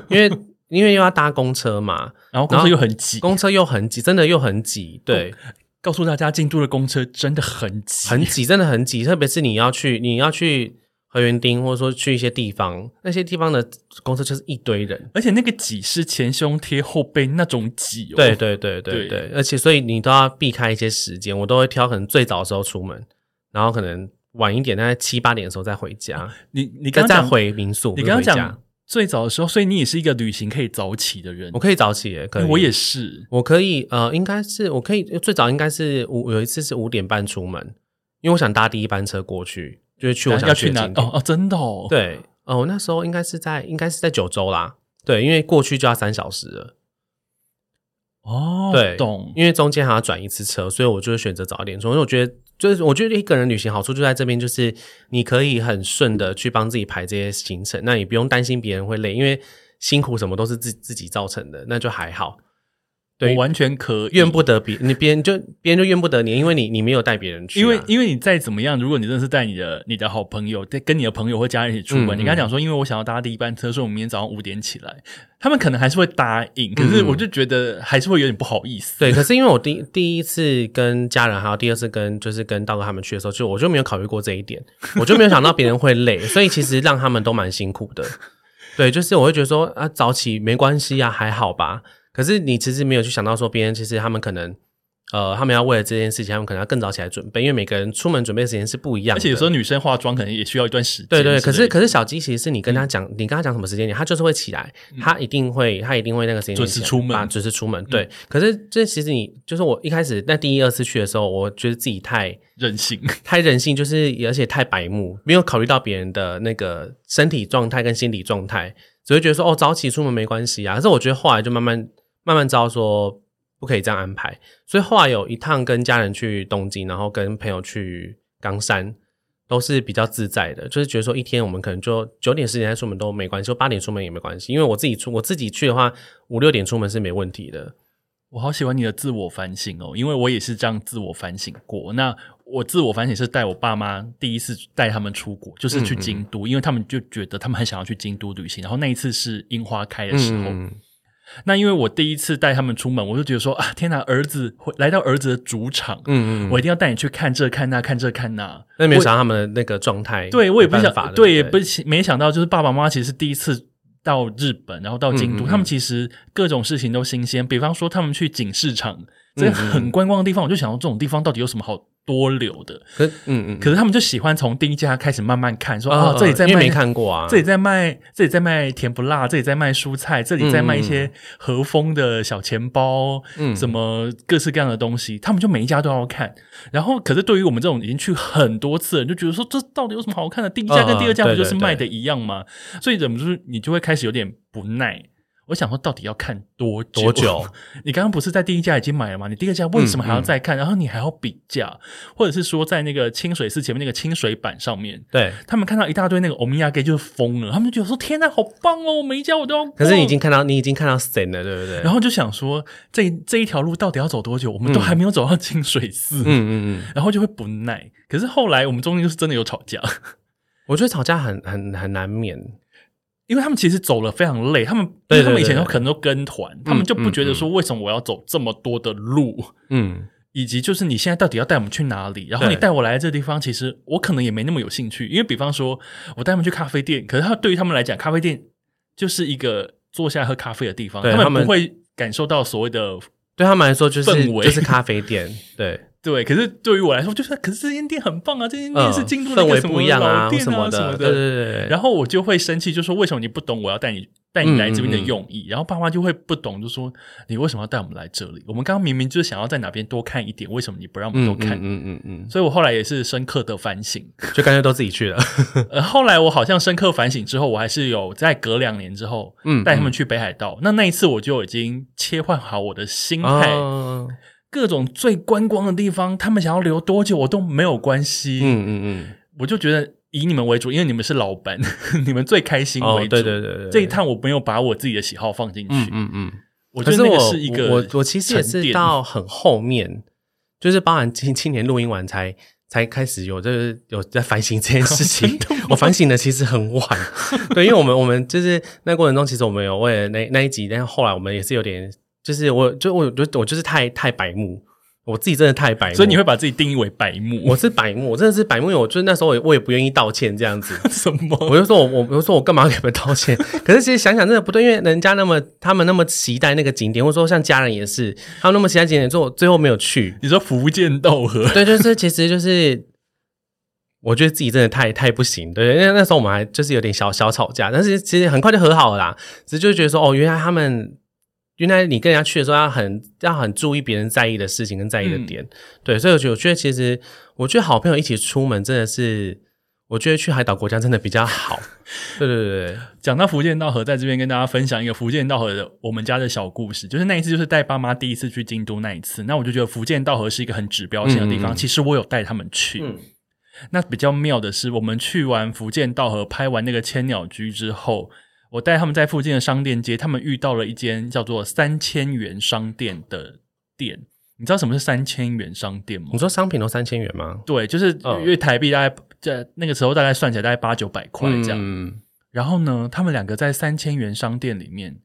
Speaker 2: 因为因为又要搭公车嘛，
Speaker 1: 然后公
Speaker 2: 然
Speaker 1: 车
Speaker 2: 后
Speaker 1: 又很挤。
Speaker 2: 公车又很挤，真的又很挤，
Speaker 1: 哦
Speaker 2: 对，
Speaker 1: 告诉大家，京都的公车真的很挤，
Speaker 2: 很挤，真的很挤。特别是你要去你要去河园町，或者说去一些地方，那些地方的公车就是一堆人。
Speaker 1: 而且那个挤是前胸贴后背那种挤哦。
Speaker 2: 对，对对对
Speaker 1: 对
Speaker 2: 对，而且所以你都要避开一些时间，我都会挑可能最早的时候出门，然后可能晚一点，大概七八点的时候再回家，
Speaker 1: 你哦你
Speaker 2: 再
Speaker 1: 刚
Speaker 2: 再
Speaker 1: 刚讲，
Speaker 2: 回民宿。
Speaker 1: 你
Speaker 2: 不是
Speaker 1: 刚刚
Speaker 2: 回家
Speaker 1: 讲最早的时候，所以你也是一个旅行可以早起的人哎
Speaker 2: 我。可以早起耶，可以，
Speaker 1: 我也是，
Speaker 2: 我可以，呃，应该是我可以最早应该是五有一次是五点半出门，因为我想搭第一班车过去，就是去我想
Speaker 1: 要
Speaker 2: 去
Speaker 1: 去
Speaker 2: 的
Speaker 1: 哪
Speaker 2: 景？点。
Speaker 1: 哦哦，真的哦。，
Speaker 2: 对，哦、我那时候应该是在应该是在九州啦，对，因为过去就要三小时了，
Speaker 1: 哦，
Speaker 2: 对，
Speaker 1: 懂。
Speaker 2: 因为中间还要转一次车，所以我就会选择早一点出门。因为我觉得，就是我觉得一个人旅行好处就在这边，就是你可以很顺的去帮自己排这些行程，那你不用担心别人会累，因为辛苦什么都是自自己造成的，那就还好。对
Speaker 1: 我完全可以。
Speaker 2: 怨不得别你别人就别人就怨不得你，因为你你没有带别人去啊、
Speaker 1: 因为因为你再怎么样，如果你真的是带你的你的好朋友，带跟你的朋友或家人一起出门，
Speaker 2: 嗯
Speaker 1: 你跟他讲说，因为我想要搭第一班车，所以我们明天早上五点起来，他们可能还是会答应，可是我就觉得还是会有点不好意思。
Speaker 2: 嗯对，可是因为我第第一次跟家人，还有第二次跟就是跟道哥他们去的时候，就我就没有考虑过这一点，我就没有想到别人会累，所以其实让他们都蛮辛苦的。对，就是我会觉得说啊，早起没关系啊，还好吧。可是你其实没有去想到说，别人其实他们可能呃，他们要为了这件事情，他们可能要更早起来准备，因为每个人出门准备的时间是不一样
Speaker 1: 而
Speaker 2: 的。
Speaker 1: 且有时候女生化妆可能也需要一段时间之
Speaker 2: 对
Speaker 1: 类的。嗯
Speaker 2: 对，可是可是小鸡其实是你跟他讲，你跟他讲什么时间点，他就是会起来，他一定会他一定会那个时间点
Speaker 1: 准时
Speaker 2: 起来
Speaker 1: 出门嗯
Speaker 2: 把准时出门。对，可是这其实你就是我一开始那第一二次去的时候，我觉得自己太
Speaker 1: 任性，
Speaker 2: 太任性，就是而且太白目，没有考虑到别人的那个身体状态跟心理状态，只会觉得说哦早起出门没关系啊。可是我觉得后来就慢慢慢慢知道说不可以这样安排，所以后来有一趟跟家人去东京，然后跟朋友去冈山。都是比较自在的，就是觉得说一天我们可能就九点十点再出门都没关系，或八点出门也没关系，因为我自己出我自己去的话，五六点出门是没问题的。
Speaker 1: 我好喜欢你的自我反省哦，因为我也是这样自我反省过。那我自我反省是带我爸妈第一次带他们出国，就是
Speaker 2: 嗯
Speaker 1: 去京都，因为他们就觉得他们很想要去京都旅行。然后那一次是樱花开的时候，
Speaker 2: 嗯，
Speaker 1: 那因为我第一次带他们出门，我就觉得说啊，天哪，儿子会来到儿子的主场，
Speaker 2: 嗯嗯，
Speaker 1: 我一定要带你去看这看那，看这看那。
Speaker 2: 那没有想到他们的那个状态，
Speaker 1: 对我也不
Speaker 2: 没
Speaker 1: 想
Speaker 2: 办法，不
Speaker 1: 也不想没想到，就是爸爸妈妈其实是第一次到日本，然后到京都，
Speaker 2: 嗯嗯嗯
Speaker 1: 他们其实各种事情都新鲜。比方说，他们去景市
Speaker 2: 嗯
Speaker 1: 场，这很观光的地方，我就想到这种地方到底有什么好多留的。
Speaker 2: 可是嗯嗯，
Speaker 1: 可是他们就喜欢从第一家开始慢慢看，说
Speaker 2: 啊
Speaker 1: 啊，这里在
Speaker 2: 因为
Speaker 1: 卖
Speaker 2: 没看过啊，
Speaker 1: 这里在卖，这里在卖甜不辣，这里在卖蔬菜，这里在卖一些和风的小钱包，
Speaker 2: 嗯
Speaker 1: 什么各式各样的东西，他们就每一家都要看。然后，可是对于我们这种已经去很多次的人，就觉得说这到底有什么好看的？第一家跟第二家
Speaker 2: 嗯嗯
Speaker 1: 不就是
Speaker 2: 对对
Speaker 1: 卖的一样吗？所以忍不住你就会开始有点不耐。我想说，到底要看多久？
Speaker 2: 多久？
Speaker 1: 你刚刚不是在第一家已经买了吗？你第二家为什么还要再看？然后你还要比价，或者是说在那个清水寺前面那个清水板上面，
Speaker 2: 对，
Speaker 1: 他们看到一大堆那个欧米亚给就是疯了，他们就觉得说天呐，好棒哦，每一家我都要逛。
Speaker 2: 可是你已经看到你已经看到 s t 了，对不对？
Speaker 1: 然后就想说这这一条路到底要走多久？我们都还没有走到清水寺，
Speaker 2: 嗯嗯嗯嗯，
Speaker 1: 然后就会不耐。可是后来我们中间就是真的有吵架，
Speaker 2: 我觉得吵架很很很难免，
Speaker 1: 因为他们其实走了非常累，他们因
Speaker 2: 对对
Speaker 1: 为他们以
Speaker 2: 对嗯
Speaker 1: 前都
Speaker 2: 对
Speaker 1: 可能都跟团，他们就不觉得说为什么我要走这么多的路。
Speaker 2: 嗯，
Speaker 1: 以及就是你现在到底要带我们去哪里？然后你
Speaker 2: 对
Speaker 1: 带我来这地方，其实我可能也没那么有兴趣，因为比方说，我带他们去咖啡店，可是他对于他们来讲，咖啡店就是一个坐下来喝咖啡的地方，
Speaker 2: 对
Speaker 1: 他
Speaker 2: 他
Speaker 1: 们
Speaker 2: 们
Speaker 1: 不会感受到所谓的
Speaker 2: 对他们来说就是
Speaker 1: 氛围
Speaker 2: 就是咖啡 店，对，
Speaker 1: 对。可是对于我来说，就是可是这间店很棒啊，这间店
Speaker 2: 嗯
Speaker 1: 是京都的
Speaker 2: 氛
Speaker 1: 一个
Speaker 2: 围
Speaker 1: 什
Speaker 2: 不
Speaker 1: 么
Speaker 2: 一样
Speaker 1: 老
Speaker 2: 或
Speaker 1: 店
Speaker 2: 什
Speaker 1: 啊什
Speaker 2: 的，
Speaker 1: 么
Speaker 2: 对
Speaker 1: 的。
Speaker 2: 对对。
Speaker 1: 然后我就会生气，就说为什么你不懂我要带你带你来这边的
Speaker 2: 嗯嗯嗯
Speaker 1: 用意？然后爸妈就会不懂，就说你为什么要带我们来这里？我们刚刚明明就是想要在哪边多看一点，为什么你不让我们
Speaker 2: 嗯
Speaker 1: 多
Speaker 2: 嗯
Speaker 1: 看？
Speaker 2: 嗯嗯嗯，
Speaker 1: 所以我后来也是深刻的反省。
Speaker 2: 嗯就感觉都自己去了，
Speaker 1: 呃，后来我好像深刻反省之后，我还是有在隔两年之后，
Speaker 2: 嗯
Speaker 1: 带他们去北海道。那那一次我就已经切换好我的心态，
Speaker 2: 哦，
Speaker 1: 各种最观光的地方，他们想要留多久我都没有关系。
Speaker 2: 嗯嗯
Speaker 1: 我就觉得以你们为主，因为你们是老板， 你们最开心
Speaker 2: 嗯，
Speaker 1: 为
Speaker 2: 哦，
Speaker 1: 主。
Speaker 2: 对对对对，
Speaker 1: 这一趟我没有把我自己的喜好放进去，
Speaker 2: 嗯嗯嗯，
Speaker 1: 我觉得
Speaker 2: 可是
Speaker 1: 那
Speaker 2: 我
Speaker 1: 个是一个
Speaker 2: 我我我其实 也
Speaker 1: 沉
Speaker 2: 是
Speaker 1: 淀
Speaker 2: 到很后面，就是包含今今年录音完才才开始有这有在反省这件 事情。我反省的其实很晚，对，因为我们我们就是那过程中，其实我们有为了那那一集，但是后来我们也是有点，就是我就我就我就是太太白目，我自己真的太白目，
Speaker 1: 所以你会把自己定义为白目？
Speaker 2: 我是白目，我真的是白目，我就是那时候我也我也不愿意道歉这样子，
Speaker 1: 什么？
Speaker 2: 我就说我我我就说我干嘛要给你们道歉？ 可是其实想想真的不对，因为人家那么他们那么期待那个景点，或者说像家人也是，他们那么期待景点，最后最后没有去，
Speaker 1: 你说福建豆河？
Speaker 2: 对，就是其实就是，我觉得自己真的太太不行，对，因为那时候我们还就是有点小小吵架，但是其实很快就和好了啦，只是就觉得说哦，原来他们。原来你跟人家去的时候要很要很注意别人在意的事情跟在意的点，对，所以我觉得，我觉得其实，我觉得好朋友一起出门真的是，我觉得去海岛国家真的比较好。对对对对，
Speaker 1: 讲到福建道河，在这边跟大家分享一个福建道河的我们家的小故事，就是那一次就是带爸妈第一次去京都那一次，那我就觉得福建道河是一个很指标性的地方。
Speaker 2: 嗯
Speaker 1: 其实我有带他们去，
Speaker 2: 嗯
Speaker 1: 那比较妙的是，我们去完福建道河拍完那个千鸟居之后，我带他们在附近的商店街，他们遇到了一间叫做三千元商店的店。你知道什么是三千元商店吗
Speaker 2: 你？说商品都三千元吗？
Speaker 1: 对，就是
Speaker 2: 嗯
Speaker 1: 因为台币大概在那个时候大概算起来大概八九百块这样。
Speaker 2: 嗯
Speaker 1: 然后呢，他们两个在三千元商店里面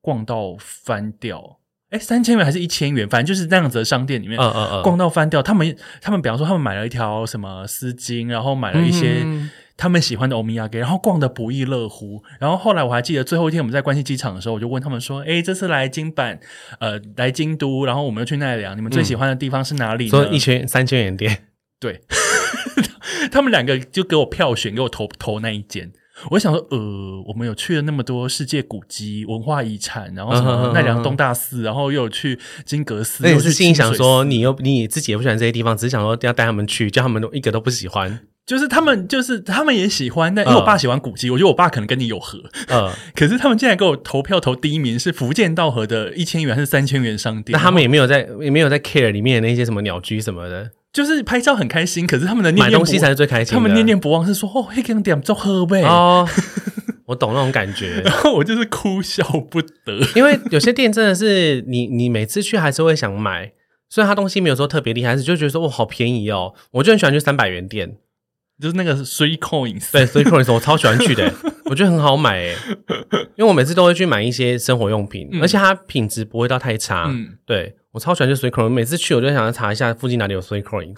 Speaker 1: 逛到翻掉，哎，三千元还是一千元，反正就是那样子的商店里面、
Speaker 2: 嗯嗯嗯，
Speaker 1: 逛到翻掉。他们他们比方说他们买了一条什么丝巾，然后买了一些
Speaker 2: 嗯
Speaker 1: 他们喜欢的欧米亚给，然后逛得不亦乐乎。然后后来我还记得最后一天我们在关西机场的时候，我就问他们说：“哎，这次来京阪，呃，来京都，然后我们又去奈良，你们最喜欢的地方是哪里呢？”
Speaker 2: 说一千三千元店，
Speaker 1: 对， 他们两个就给我票选，给我投投那一间。我想说，呃，我们有去了那么多世界古迹、文化遗产，然后什
Speaker 2: 嗯嗯嗯
Speaker 1: 么
Speaker 2: 嗯
Speaker 1: 奈良东大寺，然后又有去金阁寺，
Speaker 2: 那
Speaker 1: 又
Speaker 2: 你
Speaker 1: 有
Speaker 2: 是
Speaker 1: 去
Speaker 2: 心里想
Speaker 1: 清水寺
Speaker 2: 说，你又你自己也不喜欢这些地方，只是想说要带他们去，叫他们都一个都不喜 欢。
Speaker 1: 就是他们就是他们也喜欢，但因为
Speaker 2: 嗯
Speaker 1: 我爸喜欢古迹，我觉得我爸可能跟你有合，
Speaker 2: 呃，
Speaker 1: 可是他们竟然给我投票投第一名是福建道和的一千元还是三千元商店，
Speaker 2: 那他们也没有在也没有在 care 里面的那些什么鸟居什么的，
Speaker 1: 就是拍照很开心，可是他们的念
Speaker 2: 买
Speaker 1: 念
Speaker 2: 东
Speaker 1: 不
Speaker 2: 西才是最开心的。
Speaker 1: 他们念哎念不忘是说哦，黑个点做喝呗，
Speaker 2: 哦，我懂那种感觉。
Speaker 1: 然 后我就是哭笑不得。
Speaker 2: 因为有些店真的是你你每次去还是会想买，虽然它东西没有说特别厉害，但是就觉得说哇好便宜哦，我就很喜欢去三百元店。
Speaker 1: 就是那个 three coins，
Speaker 2: 对，所以 Coins 我超喜欢去的，欸我觉得很好买诶，欸因为我每次都会去买一些生活用品，
Speaker 1: 嗯
Speaker 2: 而且它品质不会到太差。
Speaker 1: 嗯，
Speaker 2: 对我超喜欢去 s u i c o i n 每次去我就想要查一下附近哪里有 s u i c o i n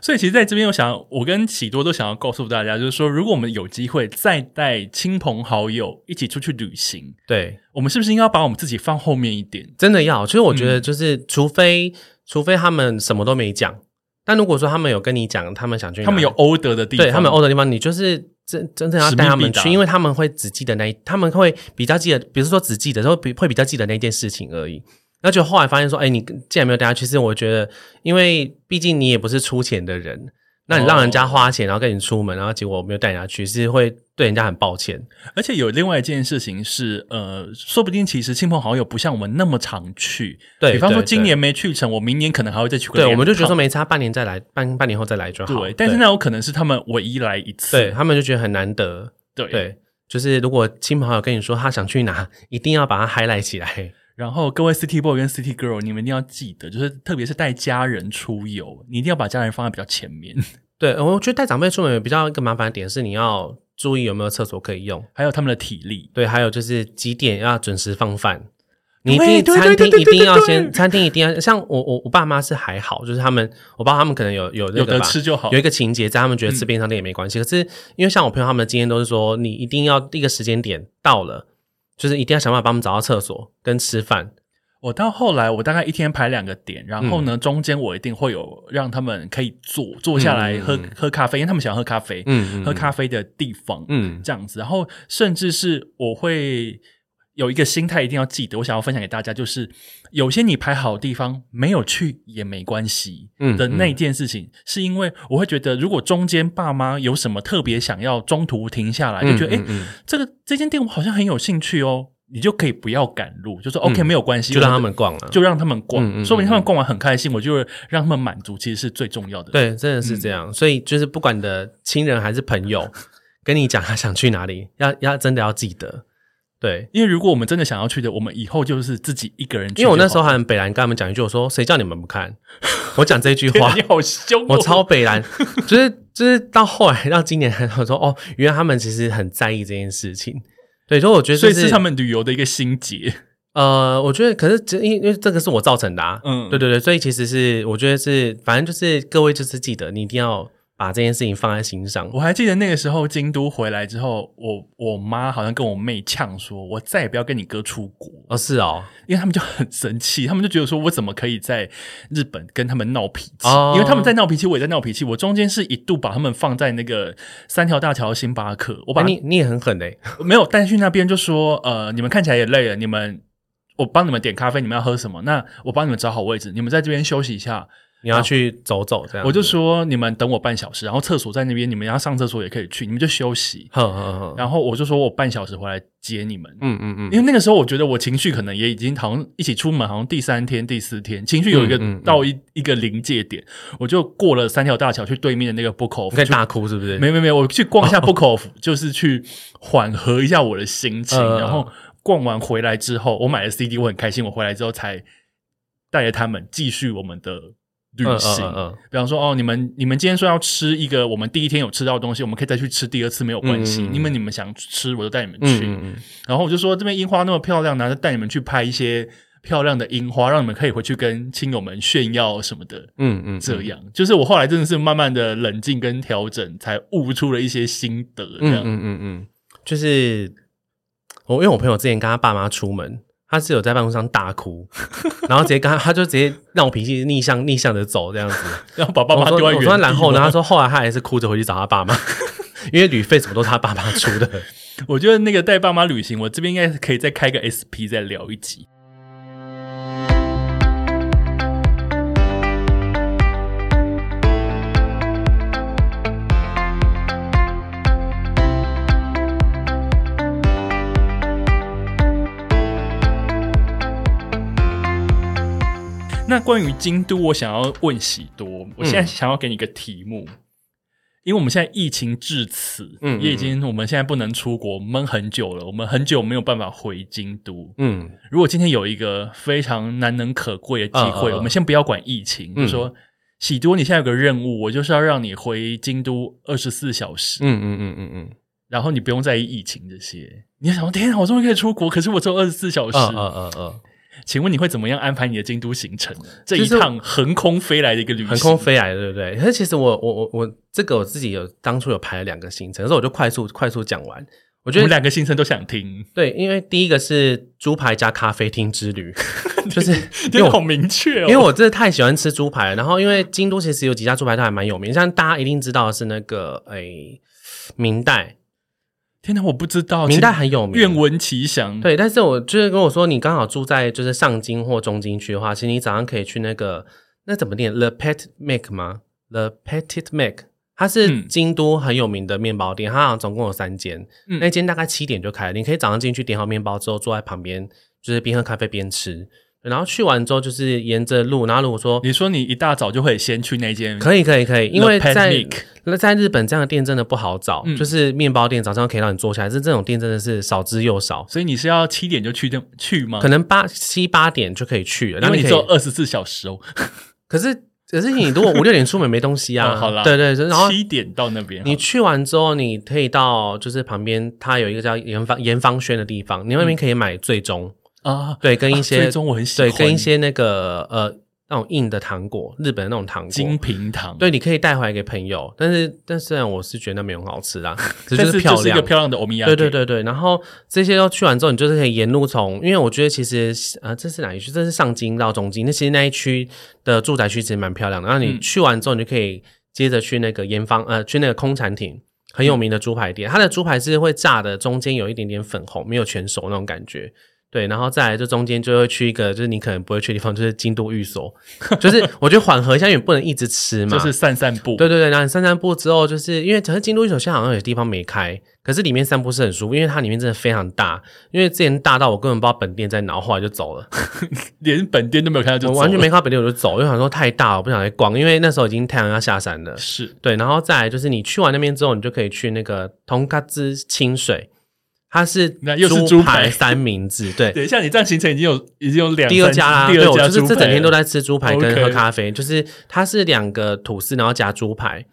Speaker 1: 所以其实在这边，我想我跟喜多都想要告诉大家，就是说，如果我们有机会再带亲朋好友一起出去旅行，
Speaker 2: 对，
Speaker 1: 我们是不是应该把我们自己放后面一点？
Speaker 2: 真的要，其实我觉
Speaker 1: 嗯
Speaker 2: 得就是，除非除非他们什么都没讲，但如果说他们有跟你讲，他们想去哪，
Speaker 1: 他们有欧德的地方，
Speaker 2: 啊对他们欧的地方，你就是真真正要
Speaker 1: 使命
Speaker 2: 带他们
Speaker 1: 必达
Speaker 2: 去，因为他们会只记得那一，他们会比较记得，比如说只记得，会比会比较记得那件事情而已。那就后来发现说，哎、你既然没有带他去，是我觉得，因为毕竟你也不是出钱的人，那你
Speaker 1: 哦
Speaker 2: 让人家花钱，然后跟你出门，然后结果没有带人家去，是会对人家很抱歉。
Speaker 1: 而且有另外一件事情是，呃，说不定其实亲朋好友不像我们那么常去，
Speaker 2: 对
Speaker 1: 比方说
Speaker 2: 对
Speaker 1: 今年没去成，我明年可能还会再去个
Speaker 2: 对，
Speaker 1: 两趟。
Speaker 2: 我们就觉得说没差，半年再来，半半年后再来就好。
Speaker 1: 对，但是那有可能是他们唯一来一次。
Speaker 2: 对他们就觉得很难得。
Speaker 1: 对
Speaker 2: 对，就是如果亲朋好友跟你说他想去哪，一定要把它 highlight 起 来。
Speaker 1: 然后各位 City Boy 跟 City Girl，你们一定要记得，就是特别是带家人出游，你一定要把家人放在比较前面。
Speaker 2: 对，我觉得带长辈出门有比较一个麻烦的点是，你要注意有没有厕所可以用。
Speaker 1: 还有他们的体力。
Speaker 2: 对，还有就是几点要准时放饭。你一
Speaker 1: 对
Speaker 2: 定
Speaker 1: 对
Speaker 2: 餐
Speaker 1: 对
Speaker 2: 厅
Speaker 1: 对
Speaker 2: 一
Speaker 1: 对
Speaker 2: 定要
Speaker 1: 对
Speaker 2: 先，
Speaker 1: 对
Speaker 2: 餐厅一定要像我我我爸妈是还好，就是他们我爸他们可能有有那
Speaker 1: 有
Speaker 2: 个
Speaker 1: 得
Speaker 2: 吧
Speaker 1: 吃就好
Speaker 2: 有一个情节在，他们觉得吃便当店也没关系。可是因为像我朋友他们的经验都是说，你一定要一个时间点到了，就是一定要想办法帮他们找到厕所跟吃饭。
Speaker 1: 我到后来，我大概一天排两个点，然后
Speaker 2: 嗯
Speaker 1: 呢，中间我一定会有让他们可以坐坐下来
Speaker 2: 嗯
Speaker 1: 喝、喝咖啡，因为他们喜欢喝咖啡，
Speaker 2: 嗯
Speaker 1: 喝咖啡的地方，
Speaker 2: 嗯
Speaker 1: 这样子。然后甚至是我会有一个心态一定要记得，我想要分享给大家，就是有些你排好的地方没有去也没关系
Speaker 2: 嗯
Speaker 1: 的那件事情，是因为我会觉得，如果中间爸妈有什么特别想要中途停下来，就觉得哎、
Speaker 2: 嗯嗯嗯
Speaker 1: 这个这间店我好像很有兴趣哦。你就可以不要赶路，就说 OK、没有关系，
Speaker 2: 嗯就让他
Speaker 1: 我
Speaker 2: 们逛了、
Speaker 1: 就让他们逛，
Speaker 2: 嗯嗯嗯
Speaker 1: 说明他们逛完很开心，我就让他们满足，其实是最重要的。，
Speaker 2: 对，真的是这样。所以就是不管你 的亲人还是朋友，跟你讲他想去哪里，要要真的要记得。对，
Speaker 1: 因为如果我们真的想要去的，我们以后就是自己一个人去就好。
Speaker 2: 因为我那时候还很北兰跟他们讲一句，我说谁叫你们不看？ 我讲这句
Speaker 1: 天
Speaker 2: 话
Speaker 1: 哪，你好凶哦、
Speaker 2: 我超 北兰，就是就是到后来到今年，我说哦，原来他们其实很在意这件事情。对，所以我觉得、就
Speaker 1: 所以
Speaker 2: 是，
Speaker 1: 是他们旅游的一个心结。
Speaker 2: 呃，我觉得可是这因因为这个是我造成的啊，
Speaker 1: 嗯
Speaker 2: 对对对，所以其实是我觉得是反正就是各位就是记得你一定要把这件事情放在心上。
Speaker 1: 我还记得那个时候京都回来之后，我我妈好像跟我妹呛说，我再也不要跟你哥出国，
Speaker 2: 哦，是哦，
Speaker 1: 因为他们就很生气，他们就觉得说我怎么可以在日本跟他们闹脾气？
Speaker 2: 哦
Speaker 1: 因为他们在闹脾气，我也在闹脾气。我中间是一度把他们放在那个三条大桥星巴克，我把
Speaker 2: 哇，哎你你也很狠欸嘞、
Speaker 1: 没有带去那边就说，呃，你们看起来也累了，你们我帮你们点咖啡，你们要喝什么？那我帮你们找好位置，你们在这边休息一下。
Speaker 2: 你要去走走这样子、
Speaker 1: 我就说你们等我半小时，然后厕所在那边，你们要上厕所也可以去，你们就休息。
Speaker 2: 哼，哼哼哼，
Speaker 1: 然后我就说我半小时回来接你们。
Speaker 2: 嗯嗯嗯，
Speaker 1: 因为那个时候，我觉得我情绪可能也已经好像一起出门，好像第三天、第四天，情绪有一个、
Speaker 2: 嗯嗯嗯
Speaker 1: 到一一个临界点，我就过了三条大桥去对面的那个布口
Speaker 2: 我可
Speaker 1: 府
Speaker 2: 以，大哭是不是？
Speaker 1: 没没没，我去逛一下布口府，就是去缓和一下我的心情。
Speaker 2: 嗯嗯嗯
Speaker 1: 然后逛完回来之后，我买了 CD，我很开心。我回来之后才带着他们继续我们的旅
Speaker 2: 嗯
Speaker 1: 行。
Speaker 2: 嗯嗯
Speaker 1: 比方说，哦，你们你们今天说要吃一个我们第一天有吃到的东西，我们可以再去吃第二次没有关系。
Speaker 2: 嗯嗯嗯
Speaker 1: 因为你们想吃，我就带你们去。
Speaker 2: 嗯嗯嗯
Speaker 1: 然后我就说这边樱花那么漂亮，然后就带你们去拍一些漂亮的樱花，让你们可以回去跟亲友们炫耀什么的。
Speaker 2: 嗯嗯，
Speaker 1: 这样，就是我后来真的是慢慢的冷静跟调整，才悟出了一些心得。这
Speaker 2: 嗯
Speaker 1: 样，
Speaker 2: 嗯嗯嗯，就是我因为我朋友之前跟他爸妈出门，他是有在办公室上大 哭，然后直接跟他他就直接让我脾气逆向逆向的走这样子。
Speaker 1: 然后把 爸妈
Speaker 2: 我
Speaker 1: 丢在
Speaker 2: 说
Speaker 1: 原
Speaker 2: 我
Speaker 1: 地。
Speaker 2: 说然后呢？他说后来他还是哭着回去找他爸妈， 因为旅费什么都是他爸妈出的。
Speaker 1: 我觉得那个带爸妈旅行，我这边应该可以再开个 SP 再聊一集。那关于京都，我想要问喜多，我现在想要给你一个题目，因为我们现在疫情至此，
Speaker 2: 嗯嗯
Speaker 1: 也已经我们现在不能出国，闷很久了，我们很久没有办法回京都。
Speaker 2: 嗯，
Speaker 1: 如果今天有一个非常难能可贵的机会，
Speaker 2: 嗯嗯嗯
Speaker 1: 我们先不要管疫情，
Speaker 2: 嗯
Speaker 1: 就说喜多，你现在有个任务，我就是要让你回京都二十四小时，
Speaker 2: 嗯嗯嗯嗯嗯，
Speaker 1: 然后你不用在意疫情这些。你想，天啊，我终于可以出国，可是我只有二十四小时。
Speaker 2: 嗯嗯嗯
Speaker 1: 请问你会怎么样安排你的京都行程呢？这一
Speaker 2: 就是
Speaker 1: 趟横空飞来的一个旅
Speaker 2: 嗯，
Speaker 1: 行，
Speaker 2: 横空飞来的，对不对？可是其实我我我我这个我自己有当初有排了两个行程，所以我就快速快速讲完。我
Speaker 1: 我
Speaker 2: 觉
Speaker 1: 们
Speaker 2: 得
Speaker 1: 两个行程都想听，
Speaker 2: 对，因为第一个是猪排加咖啡厅 之旅，就是
Speaker 1: 因
Speaker 2: 因
Speaker 1: 为
Speaker 2: 为我
Speaker 1: 好明确哦。
Speaker 2: 因为我真的太喜欢吃猪排了。然后因为京都其实有几家猪排都还蛮有名，像大家一定知道的是那个诶、明代，
Speaker 1: 天哪，我不知道，
Speaker 2: 明代
Speaker 1: 请
Speaker 2: 很有名。
Speaker 1: 愿闻哦其详。，
Speaker 2: 对，但是我就是跟我说，你刚好住在就是上京或中京区的话，其实你早上可以去那个那怎么念？The Pet Make 吗？The Petit Make，它是
Speaker 1: 嗯
Speaker 2: 京都很有名的面包店，它好像总共有三间，
Speaker 1: 嗯
Speaker 2: 那间大概七点就开了，你可以早上进去点好面包之后，坐在旁边就是边喝咖啡边吃。然后去完之后，就是沿着路，然后如果说
Speaker 1: 你说你一大早就会先去那间，
Speaker 2: 可以可以可以，因为
Speaker 1: Pet
Speaker 2: 在
Speaker 1: Milk
Speaker 2: 那在日本这样的店真的不好找，
Speaker 1: 嗯
Speaker 2: 就是面包店早上可以让你坐下来，是这种店真的是少之又少，
Speaker 1: 所以你是要七点就去的去吗？
Speaker 2: 可能八七八点就可以去了。
Speaker 1: 因
Speaker 2: 然
Speaker 1: 为
Speaker 2: 后
Speaker 1: 你
Speaker 2: 可
Speaker 1: 只有
Speaker 2: 以，
Speaker 1: 二十四小时哦，
Speaker 2: 可是可是你如果五六点出门没东西啊，
Speaker 1: 哦好啦
Speaker 2: 对对，对然后
Speaker 1: 七点到那边。
Speaker 2: 你去完之后，你可以到就是旁边它有一个叫盐方盐方轩的地方，你那边可以买最终，
Speaker 1: 啊，
Speaker 2: 对，跟一些、
Speaker 1: 最终我很喜
Speaker 2: 对
Speaker 1: 欢
Speaker 2: 跟一些那个呃那种硬的糖果，日本的那种糖果，
Speaker 1: 金平堂，
Speaker 2: 对，，你可以带回来给朋友，但是但虽然我是觉得那没有很好 吃啦，只
Speaker 1: 但
Speaker 2: 就是漂
Speaker 1: 就是一
Speaker 2: 亮
Speaker 1: 个。漂亮的欧米亚，
Speaker 2: 对对，对对，然后这些都去完之后，你就是可以沿路从，因为我觉得其实呃，这是哪一区？这是上京到中京，那其实那一区的住宅区其实蛮漂亮的。然后你
Speaker 1: 嗯
Speaker 2: 去完之后，你就可以接着去那个盐方呃，去那个空产亭，很有名的猪排店，
Speaker 1: 嗯
Speaker 2: 它的猪排是会炸的，中间有一点点粉红，没有全熟那种感觉。对，然后再来，这中间就会去一个，就是你可能不会去的地方，就是京都御所， 就是我觉得缓和一下，因为你不能一直吃
Speaker 1: 就
Speaker 2: 嘛，
Speaker 1: 是散散步。
Speaker 2: 对对对，然后你散散步之后，就是因为可是京都一手现在好像有地方没开，可是里面散步是很舒服，因为它里面真的非常大，因为之前大到我根本不知道本店在哪，后来就 走了，
Speaker 1: 连本店都没有看到就
Speaker 2: 我
Speaker 1: 走了，
Speaker 2: 完全没看到本店我就走，因为想说太大了，我不想再逛，因为那时候已经太阳要下山了。
Speaker 1: 是
Speaker 2: 对，然后再来就是你去完那边之后，你就可以去那个同卡之清水，它是
Speaker 1: 那又是猪排
Speaker 2: 排三明治， 对，
Speaker 1: 等一下，你这样行程已经有已经有两
Speaker 2: 第二家啦，
Speaker 1: 三第
Speaker 2: 对
Speaker 1: 二
Speaker 2: 我
Speaker 1: 家
Speaker 2: 就是
Speaker 1: 猪
Speaker 2: 这整
Speaker 1: 排
Speaker 2: 天
Speaker 1: 了
Speaker 2: 都在吃猪排
Speaker 1: OK
Speaker 2: 跟喝咖啡，就是它是两个吐司，然后夹猪排，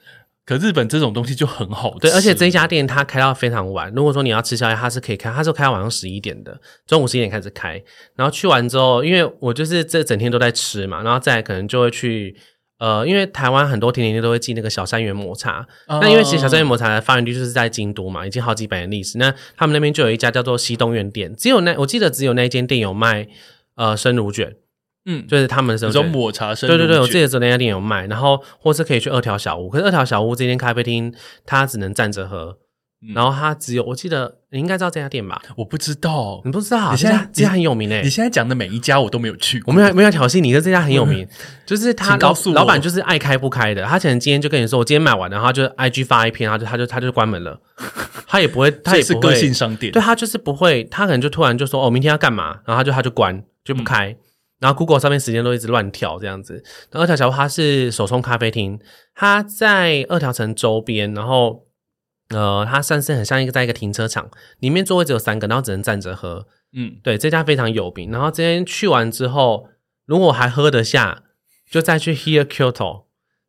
Speaker 1: 可日本这种东西就很好吃，
Speaker 2: 对，而且这一家店它开到非常晚。如果说你要吃宵夜，它是可以开，它是开到晚上十一点的，中午十一点开始开。然后去完之后，因为我就是这整天都在吃嘛，然后再来可能就会去。呃，因为台湾很多甜点店都会寄那个小山园抹茶，
Speaker 1: 哦
Speaker 2: 那因为其实小山园抹茶的发源地就是在京都嘛，已经好几百年历史。那他们那边就有一家叫做西东院店，只有那我记得只有那一间店有卖呃生乳卷，
Speaker 1: 嗯，
Speaker 2: 就是他们的生
Speaker 1: 有
Speaker 2: 乳
Speaker 1: 种
Speaker 2: 卷，
Speaker 1: 抹茶生
Speaker 2: 对对对，
Speaker 1: 乳
Speaker 2: 我
Speaker 1: 卷
Speaker 2: 记得只有那家店有卖，然后或是可以去二条小屋，可是二条小屋这间咖啡厅它只能站着喝，
Speaker 1: 嗯
Speaker 2: 然后它只有我记得你应该知道这家店吧？
Speaker 1: 我不知道啊
Speaker 2: 你，不知道，
Speaker 1: 你现在
Speaker 2: 这家这家很有名诶、欸
Speaker 1: 你现在讲的每一家我都没有去
Speaker 2: 我
Speaker 1: 过，
Speaker 2: 没有没有挑衅你，但这家很 有名，就是他
Speaker 1: 请告
Speaker 2: 老
Speaker 1: 诉我
Speaker 2: 老板就是爱开不开的，他可能今天就跟你说，我今天买完了，然后他就 IG 发一篇，然后就他就他就关门了，他也 不会，他
Speaker 1: 这
Speaker 2: 也
Speaker 1: 是
Speaker 2: 不
Speaker 1: 个
Speaker 2: 会
Speaker 1: 性商店
Speaker 2: 对，啊他就是不会，他可能就突然就说哦，明天要干嘛，然后他就他就关就不开，然后 Google 上面时间都一直乱跳这样子。然后二条小屋它是手冲咖啡厅，它在二条城周边，然后呃，它算是很像一个在一个停车场，里面座位只有三个，然后只能站着喝。
Speaker 1: 嗯，
Speaker 2: 对，这家非常有名。然后今天去完之后，如果还喝得下，就再去 Here Kyoto。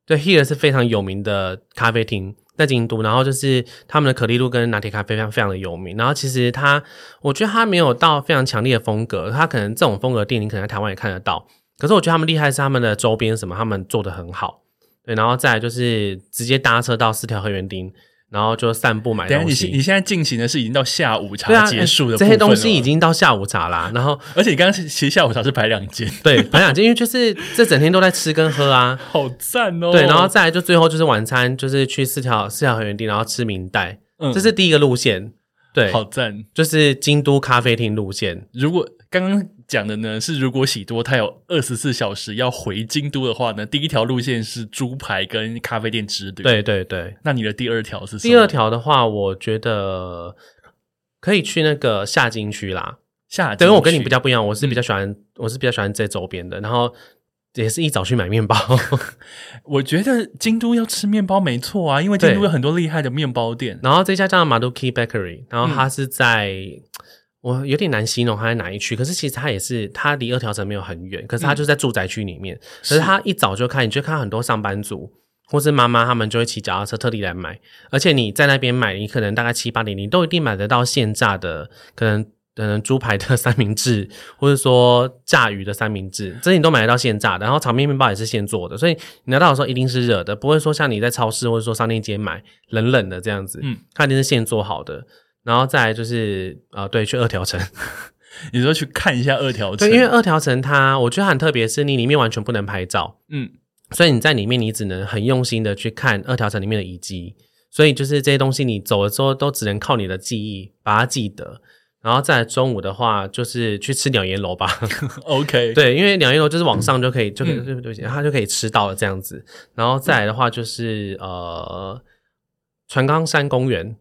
Speaker 2: 对，Here 是非常有名的咖啡厅，在京都。然后就是他们的可丽露跟拿铁咖啡非常非常的有名。然后其实它，我觉得它没有到非常强烈的风格，它可能这种风格的店你可能在台湾也看得到。可是我觉得他们厉害是他们的周边什么，他们做的很好。对，然后再来就是直接搭车到四条河园町，然后就散步买
Speaker 1: 等一下
Speaker 2: 东
Speaker 1: 你
Speaker 2: 西。
Speaker 1: 现你现在进行的是已经到下午
Speaker 2: 对
Speaker 1: 茶
Speaker 2: 啊，
Speaker 1: 结束的
Speaker 2: 这些
Speaker 1: 部分哦
Speaker 2: 东西
Speaker 1: 了
Speaker 2: 已经到下午茶啦，然后
Speaker 1: 而且你刚刚其实下午茶是排两间，
Speaker 2: 对，很想进，因为就是这整天都在吃跟喝啊。
Speaker 1: 好赞哦。
Speaker 2: 对，然后再来就最后就是晚餐，就是去四条四条河原町，然后吃明代，
Speaker 1: 嗯
Speaker 2: 这是第一个路线。对，
Speaker 1: 好赞。
Speaker 2: 就是京都咖啡厅路线。
Speaker 1: 如果刚刚讲的呢是，如果喜多他有二十四小时要回京都的话呢，第一条路线是猪排跟咖啡店之旅。，
Speaker 2: 对对对，
Speaker 1: 那你的第二条是什么
Speaker 2: 第二条的话，我觉得可以去那个下京区啦。
Speaker 1: 下嗯
Speaker 2: 对，
Speaker 1: 等
Speaker 2: 因为我跟你比较不一样，我是比较喜欢，我是比较喜欢在周边的，然后也是一早去买面包。
Speaker 1: 我觉得京都要吃面包没错啊，因为京都有很多厉害的面包店。
Speaker 2: 然后这家叫 Maduki Bakery，然后它是在、我有点难形容它在哪一区，可是其实它也是它离二条城没有很远，可是它就是在住宅区里面。可是它一早就开，你就看到很多上班族或是妈妈他们就会骑脚踏车特地来买，而且你在那边买，你可能大概七八点，你都一定买得到现榨的，可能。可能猪排的三明治，或者说炸鱼的三明治，这些你都买得到现炸的。然后炒面面包也是现做的，所以你拿到的时候一定是热的，不会说像你在超市或者说商店街买冷冷的这样子。
Speaker 1: 嗯，
Speaker 2: 它一定是现做好的。然后再来就是啊、呃对，去二条城。
Speaker 1: 你说去看一下二条城，
Speaker 2: 对，因为二条城它我觉得它很特别，是你里面完全不能拍照。
Speaker 1: 嗯，
Speaker 2: 所以你在里面，你只能很用心的去看二条城里面的遗迹。所以就是这些东西，你走了之后都只能靠你的记忆把它记得。然后再来中午的话，就是去吃鸟岩楼吧。
Speaker 1: OK，，
Speaker 2: 对，因为鸟岩楼就是往上就可以，就可以，对不对不起，它就可以吃到了这样子。然后再来的话就是呃，船冈山公园，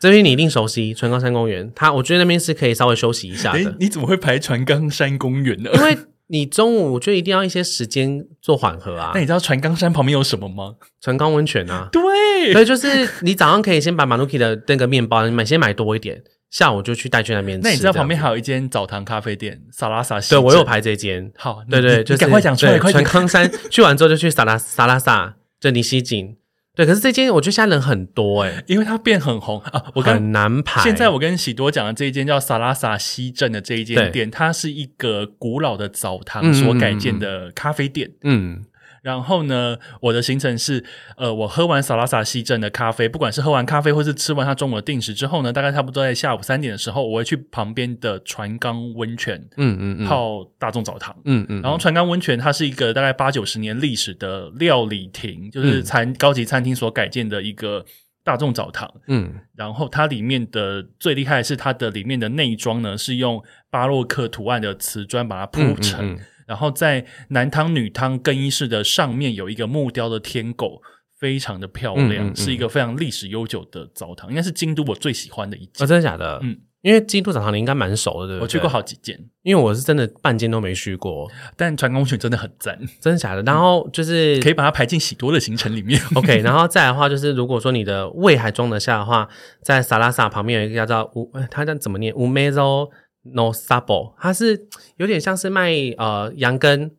Speaker 2: 这边你一定熟悉。船冈山公园，它我觉得那边是可以稍微休息一下
Speaker 1: 哎
Speaker 2: 的，，
Speaker 1: 你怎么会排船冈山公园 呢？
Speaker 2: 因为你中午就一定要一些时间做缓和啊
Speaker 1: 那。你知道船冈山旁边有什么吗？
Speaker 2: 船冈温泉啊，
Speaker 1: 对，
Speaker 2: 所以就是你早上可以先把马努基的那个面包，你买先买多一点，下午就去带去那边吃。
Speaker 1: 那你知道旁边
Speaker 2: 这样
Speaker 1: 还有一间澡堂咖啡店，萨拉萨西
Speaker 2: 对
Speaker 1: 镇。
Speaker 2: 我有排这间，
Speaker 1: 好，你
Speaker 2: 对
Speaker 1: 你
Speaker 2: 对，
Speaker 1: 你
Speaker 2: 就是
Speaker 1: 赶快讲出来，
Speaker 2: 对
Speaker 1: 快点
Speaker 2: 船。冈山 去完之后就去萨拉萨拉萨，就尼西井。对，可是这间我觉得现在人很多哎、
Speaker 1: 因为它变很红啊！我刚
Speaker 2: 很难排。
Speaker 1: 现在我跟喜多讲的这一间叫萨拉萨西镇的这一间
Speaker 2: 对
Speaker 1: 店，它是一个古老的澡堂
Speaker 2: 嗯
Speaker 1: 所改建的咖啡店。
Speaker 2: 嗯，
Speaker 1: 然后呢，我的行程是，呃，我喝完萨拉萨西镇的咖啡，不管是喝完咖啡或是吃完它中午的定时之后呢，大概差不多在下午三点的时候，我会去旁边的船冈温泉
Speaker 2: 嗯嗯嗯，，
Speaker 1: 泡大众澡堂。
Speaker 2: 嗯嗯，
Speaker 1: 然后船冈温泉它是一个大概八九十年历史的料理亭，
Speaker 2: 嗯
Speaker 1: 就是餐高级餐厅所改建的一个大众澡堂。
Speaker 2: 嗯
Speaker 1: 然后它里面的最厉害的是它的里面的内装呢，是用巴洛克图案的瓷砖把它
Speaker 2: 嗯
Speaker 1: 铺成，
Speaker 2: 嗯嗯
Speaker 1: 然后在男汤女汤更衣室的上面有一个木雕的天狗，非常的漂亮，
Speaker 2: 嗯嗯嗯
Speaker 1: 是一个非常历史悠久的澡堂，应该是京都我最喜欢的一
Speaker 2: 哦，
Speaker 1: 间。
Speaker 2: 真的假的？
Speaker 1: 嗯，
Speaker 2: 因为基督教堂你应该蛮熟的，对不对？
Speaker 1: 我去过，好几间，
Speaker 2: 因为我是真的半间都没去过，
Speaker 1: 但船公园真的很赞，
Speaker 2: 真的假的？然后就是
Speaker 1: 可以把它排进喜多的行程里 面。
Speaker 2: OK，然后再来的话就是，如果说你的胃还装得下的话，在萨拉萨旁边有一个叫做乌，呃它叫怎么念？Umezo no sabo，它是有点像是卖呃羊羹，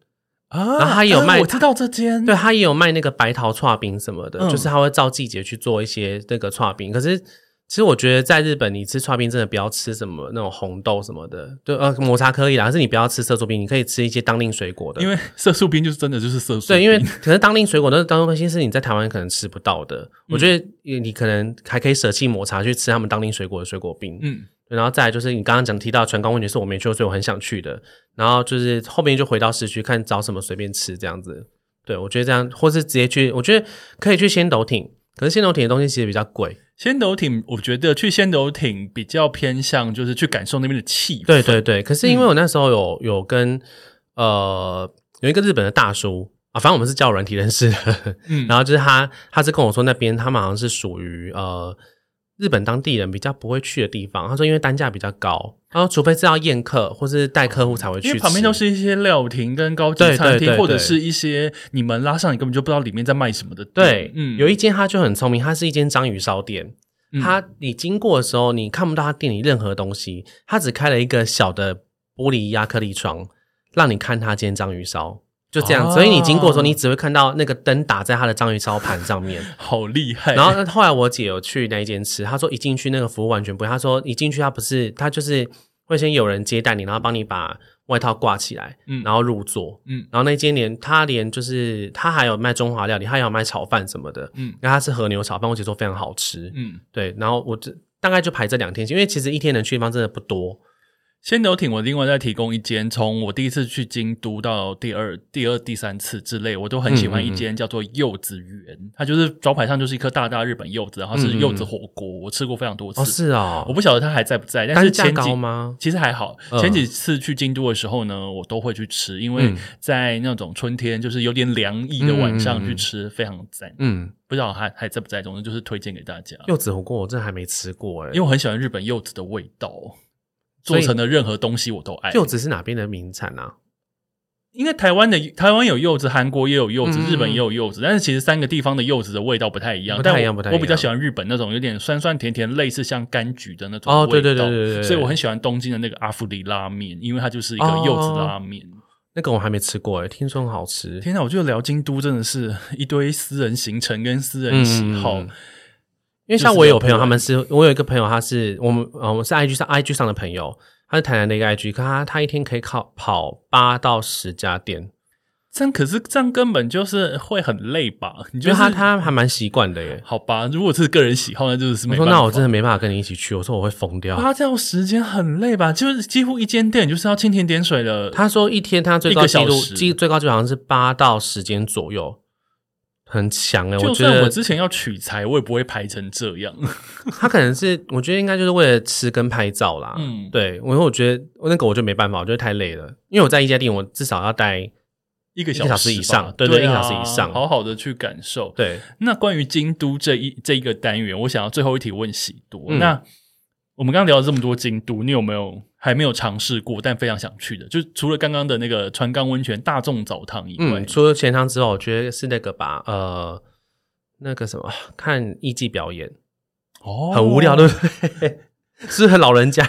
Speaker 1: 啊
Speaker 2: 然后它也有卖
Speaker 1: 我知道这间，
Speaker 2: 对，它也有卖那个白桃串冰什么的，
Speaker 1: 嗯
Speaker 2: 就是它会照季节去做一些那个串冰。可是其实我觉得在日本，你吃串冰真的不要吃什么那种红豆什么的，对，呃，抹茶可以啦，但是你不要吃色素冰，你可以吃一些当令水果的，
Speaker 1: 因为色素冰就是真的就是色素冰，
Speaker 2: 对，因为可能当令水果那当中心是你在台湾可能吃不到的，我觉得你你可能还可以舍弃抹茶去吃他们当令水果的水果冰。
Speaker 1: 嗯，
Speaker 2: 对然后再来就是你刚刚讲提到全港温泉是我没去过，所以我很想去的。然后就是后面就回到市区看找什么随便吃这样子。对，我觉得这样，或是直接去，我觉得可以去仙斗艇，可是仙斗艇的东西其实比较贵。
Speaker 1: 仙斗艇，我觉得去仙斗艇比较偏向就是去感受那边的气氛，
Speaker 2: 对对对，可是因为我那时候有
Speaker 1: 嗯
Speaker 2: 有跟呃有一个日本的大叔啊，反正我们是交友软体认识的，
Speaker 1: 嗯
Speaker 2: 然后就是他他是跟我说那边他们好像是属于呃日本当地人比较不会去的地方，他说因为单价比较高，然后除非是要宴客或是带客户才会去吃，
Speaker 1: 因为旁边都是一些料亭跟高级
Speaker 2: 对
Speaker 1: 餐
Speaker 2: 对
Speaker 1: 厅，
Speaker 2: 对
Speaker 1: 或者是一些你们拉上你根本就不知道里面在卖什么的店。
Speaker 2: 对，
Speaker 1: 嗯，
Speaker 2: 有一间他就很聪明，它是一间章鱼烧店。
Speaker 1: 嗯
Speaker 2: 他你经过的时候，你看不到他店里任何东西，他只开了一个小的玻璃亚克力窗，让你看他煎章鱼烧，就这样。
Speaker 1: 哦
Speaker 2: 所以你经过的时候，你只会看到那个灯打在他的章鱼烧盘上面。
Speaker 1: 好厉害。
Speaker 2: 然后后来我姐有去那一间吃，她说一进去那个服务完全不一样，她说一进去她不是她就是会先有人接待你，然后帮你把外套挂起来，
Speaker 1: 嗯
Speaker 2: 然后入座，
Speaker 1: 嗯
Speaker 2: 然后那间连她连就是她还有卖中华料理，她还有卖炒饭什么的，
Speaker 1: 嗯
Speaker 2: 然后她是和牛炒饭，我姐说非常好吃，
Speaker 1: 嗯，
Speaker 2: 对，然后我这大概就排这两天去，因为其实一天能去的地方真的不多，
Speaker 1: 仙斗艇我另外再提供一间，从我第一次去京都到第二、第二、第三次之类，我都很喜欢一间叫做柚子园，它就是招牌上就是一颗大大日本柚子，然后
Speaker 2: 嗯
Speaker 1: 是柚子火锅，我吃过非常多次。
Speaker 2: 哦是哦，
Speaker 1: 我不晓得它还在不在，但
Speaker 2: 单
Speaker 1: 是
Speaker 2: 价
Speaker 1: 前几
Speaker 2: 高吗？
Speaker 1: 其实还好，
Speaker 2: 嗯
Speaker 1: 前几次去京都的时候呢，我都会去吃，因为
Speaker 2: 嗯
Speaker 1: 在那种春天，就是有点凉意的晚上
Speaker 2: 嗯嗯嗯
Speaker 1: 去吃，非常赞。
Speaker 2: 嗯，
Speaker 1: 不知道还还在不在，总之就是推荐给大家，
Speaker 2: 柚子火锅我真的还没吃过哎、
Speaker 1: 因为我很喜欢日本柚子的味道，哦
Speaker 2: 所
Speaker 1: 做
Speaker 2: 以
Speaker 1: 成的任何东西我都爱。
Speaker 2: 柚子是哪边的名产啊？
Speaker 1: 因为台湾的台湾有柚子，韩国也有柚子，
Speaker 2: 嗯
Speaker 1: 日本也有柚子，但是其实三个地方的柚子的味道不太一样，
Speaker 2: 不太一
Speaker 1: 但
Speaker 2: 样
Speaker 1: 我
Speaker 2: 不太一样
Speaker 1: 我比较喜欢日本那种有点酸酸甜甜，类似像柑橘的那种
Speaker 2: 哦
Speaker 1: 味道。
Speaker 2: 对对对对对对
Speaker 1: 所以我很喜欢东京的那个阿芙里拉面，因为它就是一个柚子拉面。
Speaker 2: 那个我还没吃过哎、听说很好吃。
Speaker 1: 天哪，我觉得聊京都真的是一堆私人行程跟私人喜好。
Speaker 2: 嗯因为像我有朋友，他们是我有一个朋友，他是我们呃，我是 IG 上 IG 上的朋友，他是台南的一个 IG，可他他一天可以考跑八到十家店，
Speaker 1: 这样可是这样根本就是会很累吧？你
Speaker 2: 就
Speaker 1: 就是
Speaker 2: 是他他还蛮习惯的耶。
Speaker 1: 好吧？如果是个人喜好，那就是
Speaker 2: 我
Speaker 1: 没
Speaker 2: 说
Speaker 1: 办法。
Speaker 2: 那我真的没办法跟你一起去，我说我会疯掉。
Speaker 1: 八到时间很累吧？就是几乎一间店就是要蜻蜓点水了。
Speaker 2: 他说一天他最高纪
Speaker 1: 一个
Speaker 2: 录
Speaker 1: 小时
Speaker 2: 记最高纪录好像是八到十间左右，很强哎、
Speaker 1: 就
Speaker 2: 我觉
Speaker 1: 算我
Speaker 2: 得
Speaker 1: 之前要取材，我也不会排成这样。
Speaker 2: 他可能是我觉得应该就是为了吃跟拍照啦。
Speaker 1: 嗯
Speaker 2: 对，我因为我觉得那个我就没办法，我觉得太累了，因为我在一家店，我至少要待
Speaker 1: 一个
Speaker 2: 一个
Speaker 1: 吧
Speaker 2: 小时以上对对
Speaker 1: 对啊，
Speaker 2: 一个小时以上
Speaker 1: 好好的去感受。
Speaker 2: 对。
Speaker 1: 那关于京都这一这一个单元，我想要最后一题问喜多。
Speaker 2: 嗯
Speaker 1: 那我们刚刚聊了这么多京都，你有没有还没有尝试过但非常想去的？就除了刚刚的那个川冈温泉大众澡堂以外，
Speaker 2: 嗯，除了钱塘之外，我觉得是那个吧，呃，那个什么，看艺伎表演，
Speaker 1: 哦
Speaker 2: 很无聊，对不对？ 是很老人家，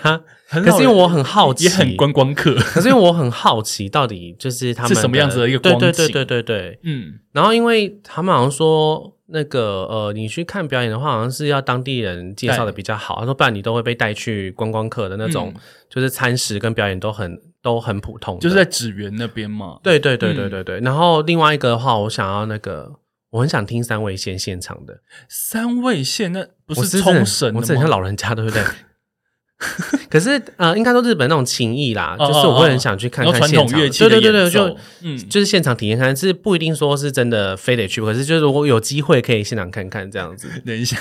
Speaker 1: 很
Speaker 2: 可
Speaker 1: 老人
Speaker 2: 是因为我很好奇，
Speaker 1: 也很观光 客。
Speaker 2: 可是因为我很好奇，到底就是他们
Speaker 1: 是什么样子的一个
Speaker 2: 对对
Speaker 1: 光
Speaker 2: 对
Speaker 1: 景
Speaker 2: 对对对。
Speaker 1: 嗯，
Speaker 2: 然后因为他们好像说那个呃，你去看表演的话，好像是要当地人介绍的
Speaker 1: 对
Speaker 2: 比较好。他说，不然你都会被带去观光客的那种，
Speaker 1: 嗯
Speaker 2: 就是餐食跟表演都很都很普通的，
Speaker 1: 就是在纸园那边嘛。
Speaker 2: 对对对对
Speaker 1: 嗯
Speaker 2: 对对。然后另外一个的话，我想要那个，我很想听三味线现场的，
Speaker 1: 三味线那不
Speaker 2: 我
Speaker 1: 是
Speaker 2: 真的
Speaker 1: 冲绳的
Speaker 2: 我
Speaker 1: 吗
Speaker 2: 真的很像老人家，对不 对？可是呃，应该说日本那种情谊啦，
Speaker 1: 哦
Speaker 2: 就是我会很想去看看
Speaker 1: 然后
Speaker 2: 现
Speaker 1: 传
Speaker 2: 场，
Speaker 1: 统乐器
Speaker 2: 对
Speaker 1: 的
Speaker 2: 对对对，
Speaker 1: 演奏
Speaker 2: 就
Speaker 1: 嗯
Speaker 2: 就是现场体验看，是不一定说是真的非得去，可是就是如果有机会可以现场看看这样子。
Speaker 1: 等一下，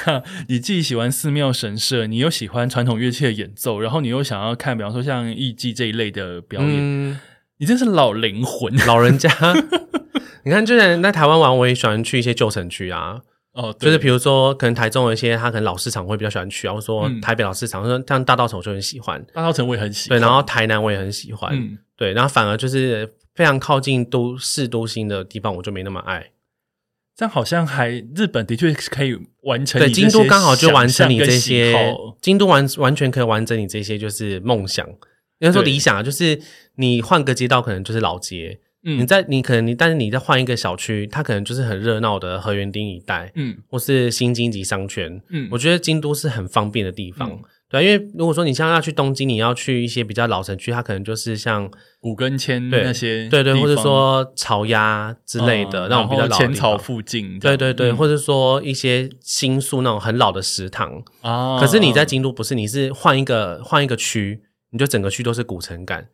Speaker 1: 你既喜欢寺庙神社，你又喜欢传统乐器的演奏，然后你又想要看，比方说像艺伎这一类的表演，
Speaker 2: 嗯，
Speaker 1: 你真是老灵魂。
Speaker 2: 老人家，你看之前在台湾玩，我也喜欢去一些旧城区啊，
Speaker 1: 哦，
Speaker 2: 就是比
Speaker 1: 如
Speaker 2: 如说，可能台中有一些他可能老市场会比较喜欢去啊，或者说
Speaker 1: 嗯
Speaker 2: 台北老市场，说像大道城我就很喜欢，
Speaker 1: 大稻城我也很喜
Speaker 2: 对，
Speaker 1: 欢，
Speaker 2: 然后台南我也很喜欢，
Speaker 1: 嗯，
Speaker 2: 对，然后反而就是非常靠近都市都心的地方，我就没那么爱。
Speaker 1: 这样好像还日本的确是可以完成
Speaker 2: 对，
Speaker 1: 你这
Speaker 2: 京都
Speaker 1: 些
Speaker 2: 刚好就完成
Speaker 1: 想象
Speaker 2: 你这
Speaker 1: 跟喜
Speaker 2: 些
Speaker 1: 好，
Speaker 2: 京都完完全可以完成你这些就是梦想，应该说
Speaker 1: 对
Speaker 2: 理想啊，就是你换个街道可能就是老街，你
Speaker 1: 嗯
Speaker 2: 在你可能你但是你再换一个小区，它可能就是很热闹的河园町一带，
Speaker 1: 嗯
Speaker 2: 或是新经济商圈，
Speaker 1: 嗯，
Speaker 2: 我觉得京都是很方便的地方。
Speaker 1: 嗯
Speaker 2: 对啊，因为如果说你像要去东京，你要去一些比较老城区，它可能就是像
Speaker 1: 古根签
Speaker 2: 对
Speaker 1: 那些
Speaker 2: 对对，
Speaker 1: 嗯地
Speaker 2: 或者
Speaker 1: 方
Speaker 2: 说草鸭之类
Speaker 1: 嗯
Speaker 2: 的、那种比
Speaker 1: 然后
Speaker 2: 较老的
Speaker 1: 浅
Speaker 2: 地
Speaker 1: 草
Speaker 2: 方。
Speaker 1: 附近这
Speaker 2: 对
Speaker 1: 样，
Speaker 2: 对对，
Speaker 1: 嗯
Speaker 2: 或者说一些新宿那种很老的食堂。
Speaker 1: 啊，
Speaker 2: 可是你在京都不是，你是换一个换一个区，你就整个区都是古城感，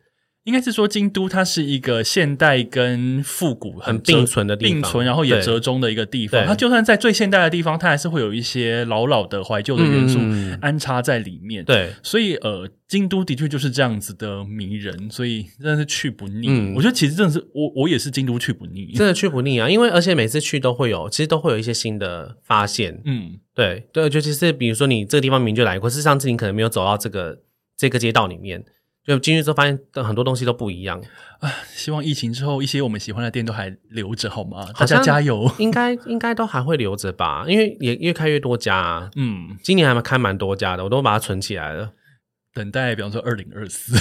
Speaker 1: 应该是说京都它是一个现代跟复古
Speaker 2: 很
Speaker 1: 折
Speaker 2: 并存的地方，
Speaker 1: 并存，然后也
Speaker 2: 对
Speaker 1: 折中的一个地方。
Speaker 2: 对
Speaker 1: 它就算在最现代的地方，它还是会有一些老老的怀旧的元素
Speaker 2: 嗯嗯嗯
Speaker 1: 安插在里面。，
Speaker 2: 对。
Speaker 1: 所以呃，京都的确就是这样子的迷人，所以真的是去不腻。
Speaker 2: 嗯
Speaker 1: 我觉得其实真的是我我也是京都去不腻。
Speaker 2: 真的去不腻啊，因为而且每次去都会有，其实都会有一些新的发现。
Speaker 1: 嗯
Speaker 2: 对对，尤其是比如说你这个地方明明就来过，是上次你可能没有走到这个这个街道里面，就进去之后发现很多东西都不一样。
Speaker 1: 啊，希望疫情之后一些我们喜欢的店都还留着好吗？大
Speaker 2: 好像
Speaker 1: 家加油！
Speaker 2: 应该应该都还会留着吧，因为也越开越多家啊。
Speaker 1: 嗯，
Speaker 2: 今年还蛮开蛮多家的，我都把它存起来了。
Speaker 1: 等待比方说二零二 四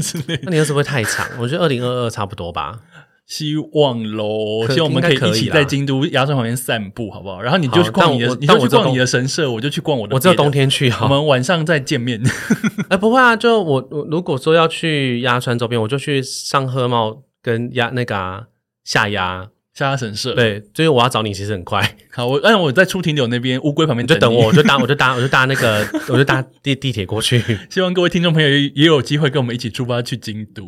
Speaker 1: 之类的
Speaker 2: 那，你又是不会太长？我觉得二零二二差不多吧。
Speaker 1: 希望喽，
Speaker 2: 可
Speaker 1: 希望我们可以
Speaker 2: 应该
Speaker 1: 一
Speaker 2: 可以
Speaker 1: 起
Speaker 2: 啦
Speaker 1: 在京都鸭川旁边散步，好不好？然后你就
Speaker 2: 好
Speaker 1: 去逛
Speaker 2: 但
Speaker 1: 你的
Speaker 2: 我，
Speaker 1: 你就
Speaker 2: 但我
Speaker 1: 去
Speaker 2: 只有
Speaker 1: 逛你
Speaker 2: 冬
Speaker 1: 的神社，我就去逛我的。
Speaker 2: 我只有冬，天去
Speaker 1: 我
Speaker 2: 哈。
Speaker 1: 们晚上再见面。
Speaker 2: 哎，不会啊，就我我如果说要去鸭川周边，我就去上贺茂跟鸭那个、啊、下鸭。
Speaker 1: 下拉神社，，
Speaker 2: 对，所以我要找你其实很快，
Speaker 1: 好，我哎但我在出停留那边乌龟旁边
Speaker 2: 你就等
Speaker 1: 你
Speaker 2: 我，我。就搭我就搭我就搭那个我就搭地地铁过去。
Speaker 1: 希望各位听众朋友也也有机会跟我们一起出发去京 都。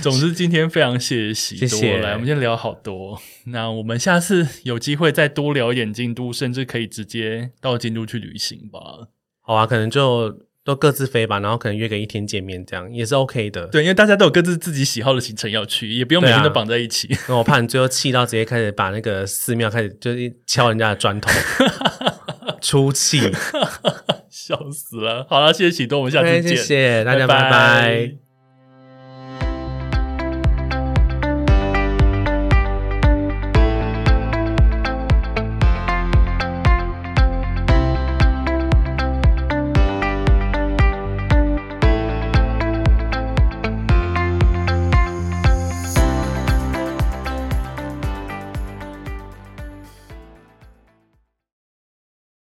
Speaker 1: 总之，今天非常谢谢喜多
Speaker 2: 谢谢
Speaker 1: 来，我们今天聊好多。那我们下次有机会再多聊一点京都，甚至可以直接到京都去旅行吧。
Speaker 2: 好啊，可能就都各自飞吧，然后可能约个一天见面，这样也是 OK 的。
Speaker 1: 对，因为大家都有各自自己喜好的行程要去，也不用每天
Speaker 2: 对啊
Speaker 1: 都绑在一起。
Speaker 2: 那我怕你最后气到直接开始把那个寺庙开始就是敲人家 的砖头，出气。
Speaker 1: 笑死了！好了，谢谢喜多，我们下次
Speaker 2: OK，
Speaker 1: 见，
Speaker 2: 哎谢谢大家，
Speaker 1: 拜
Speaker 2: 拜拜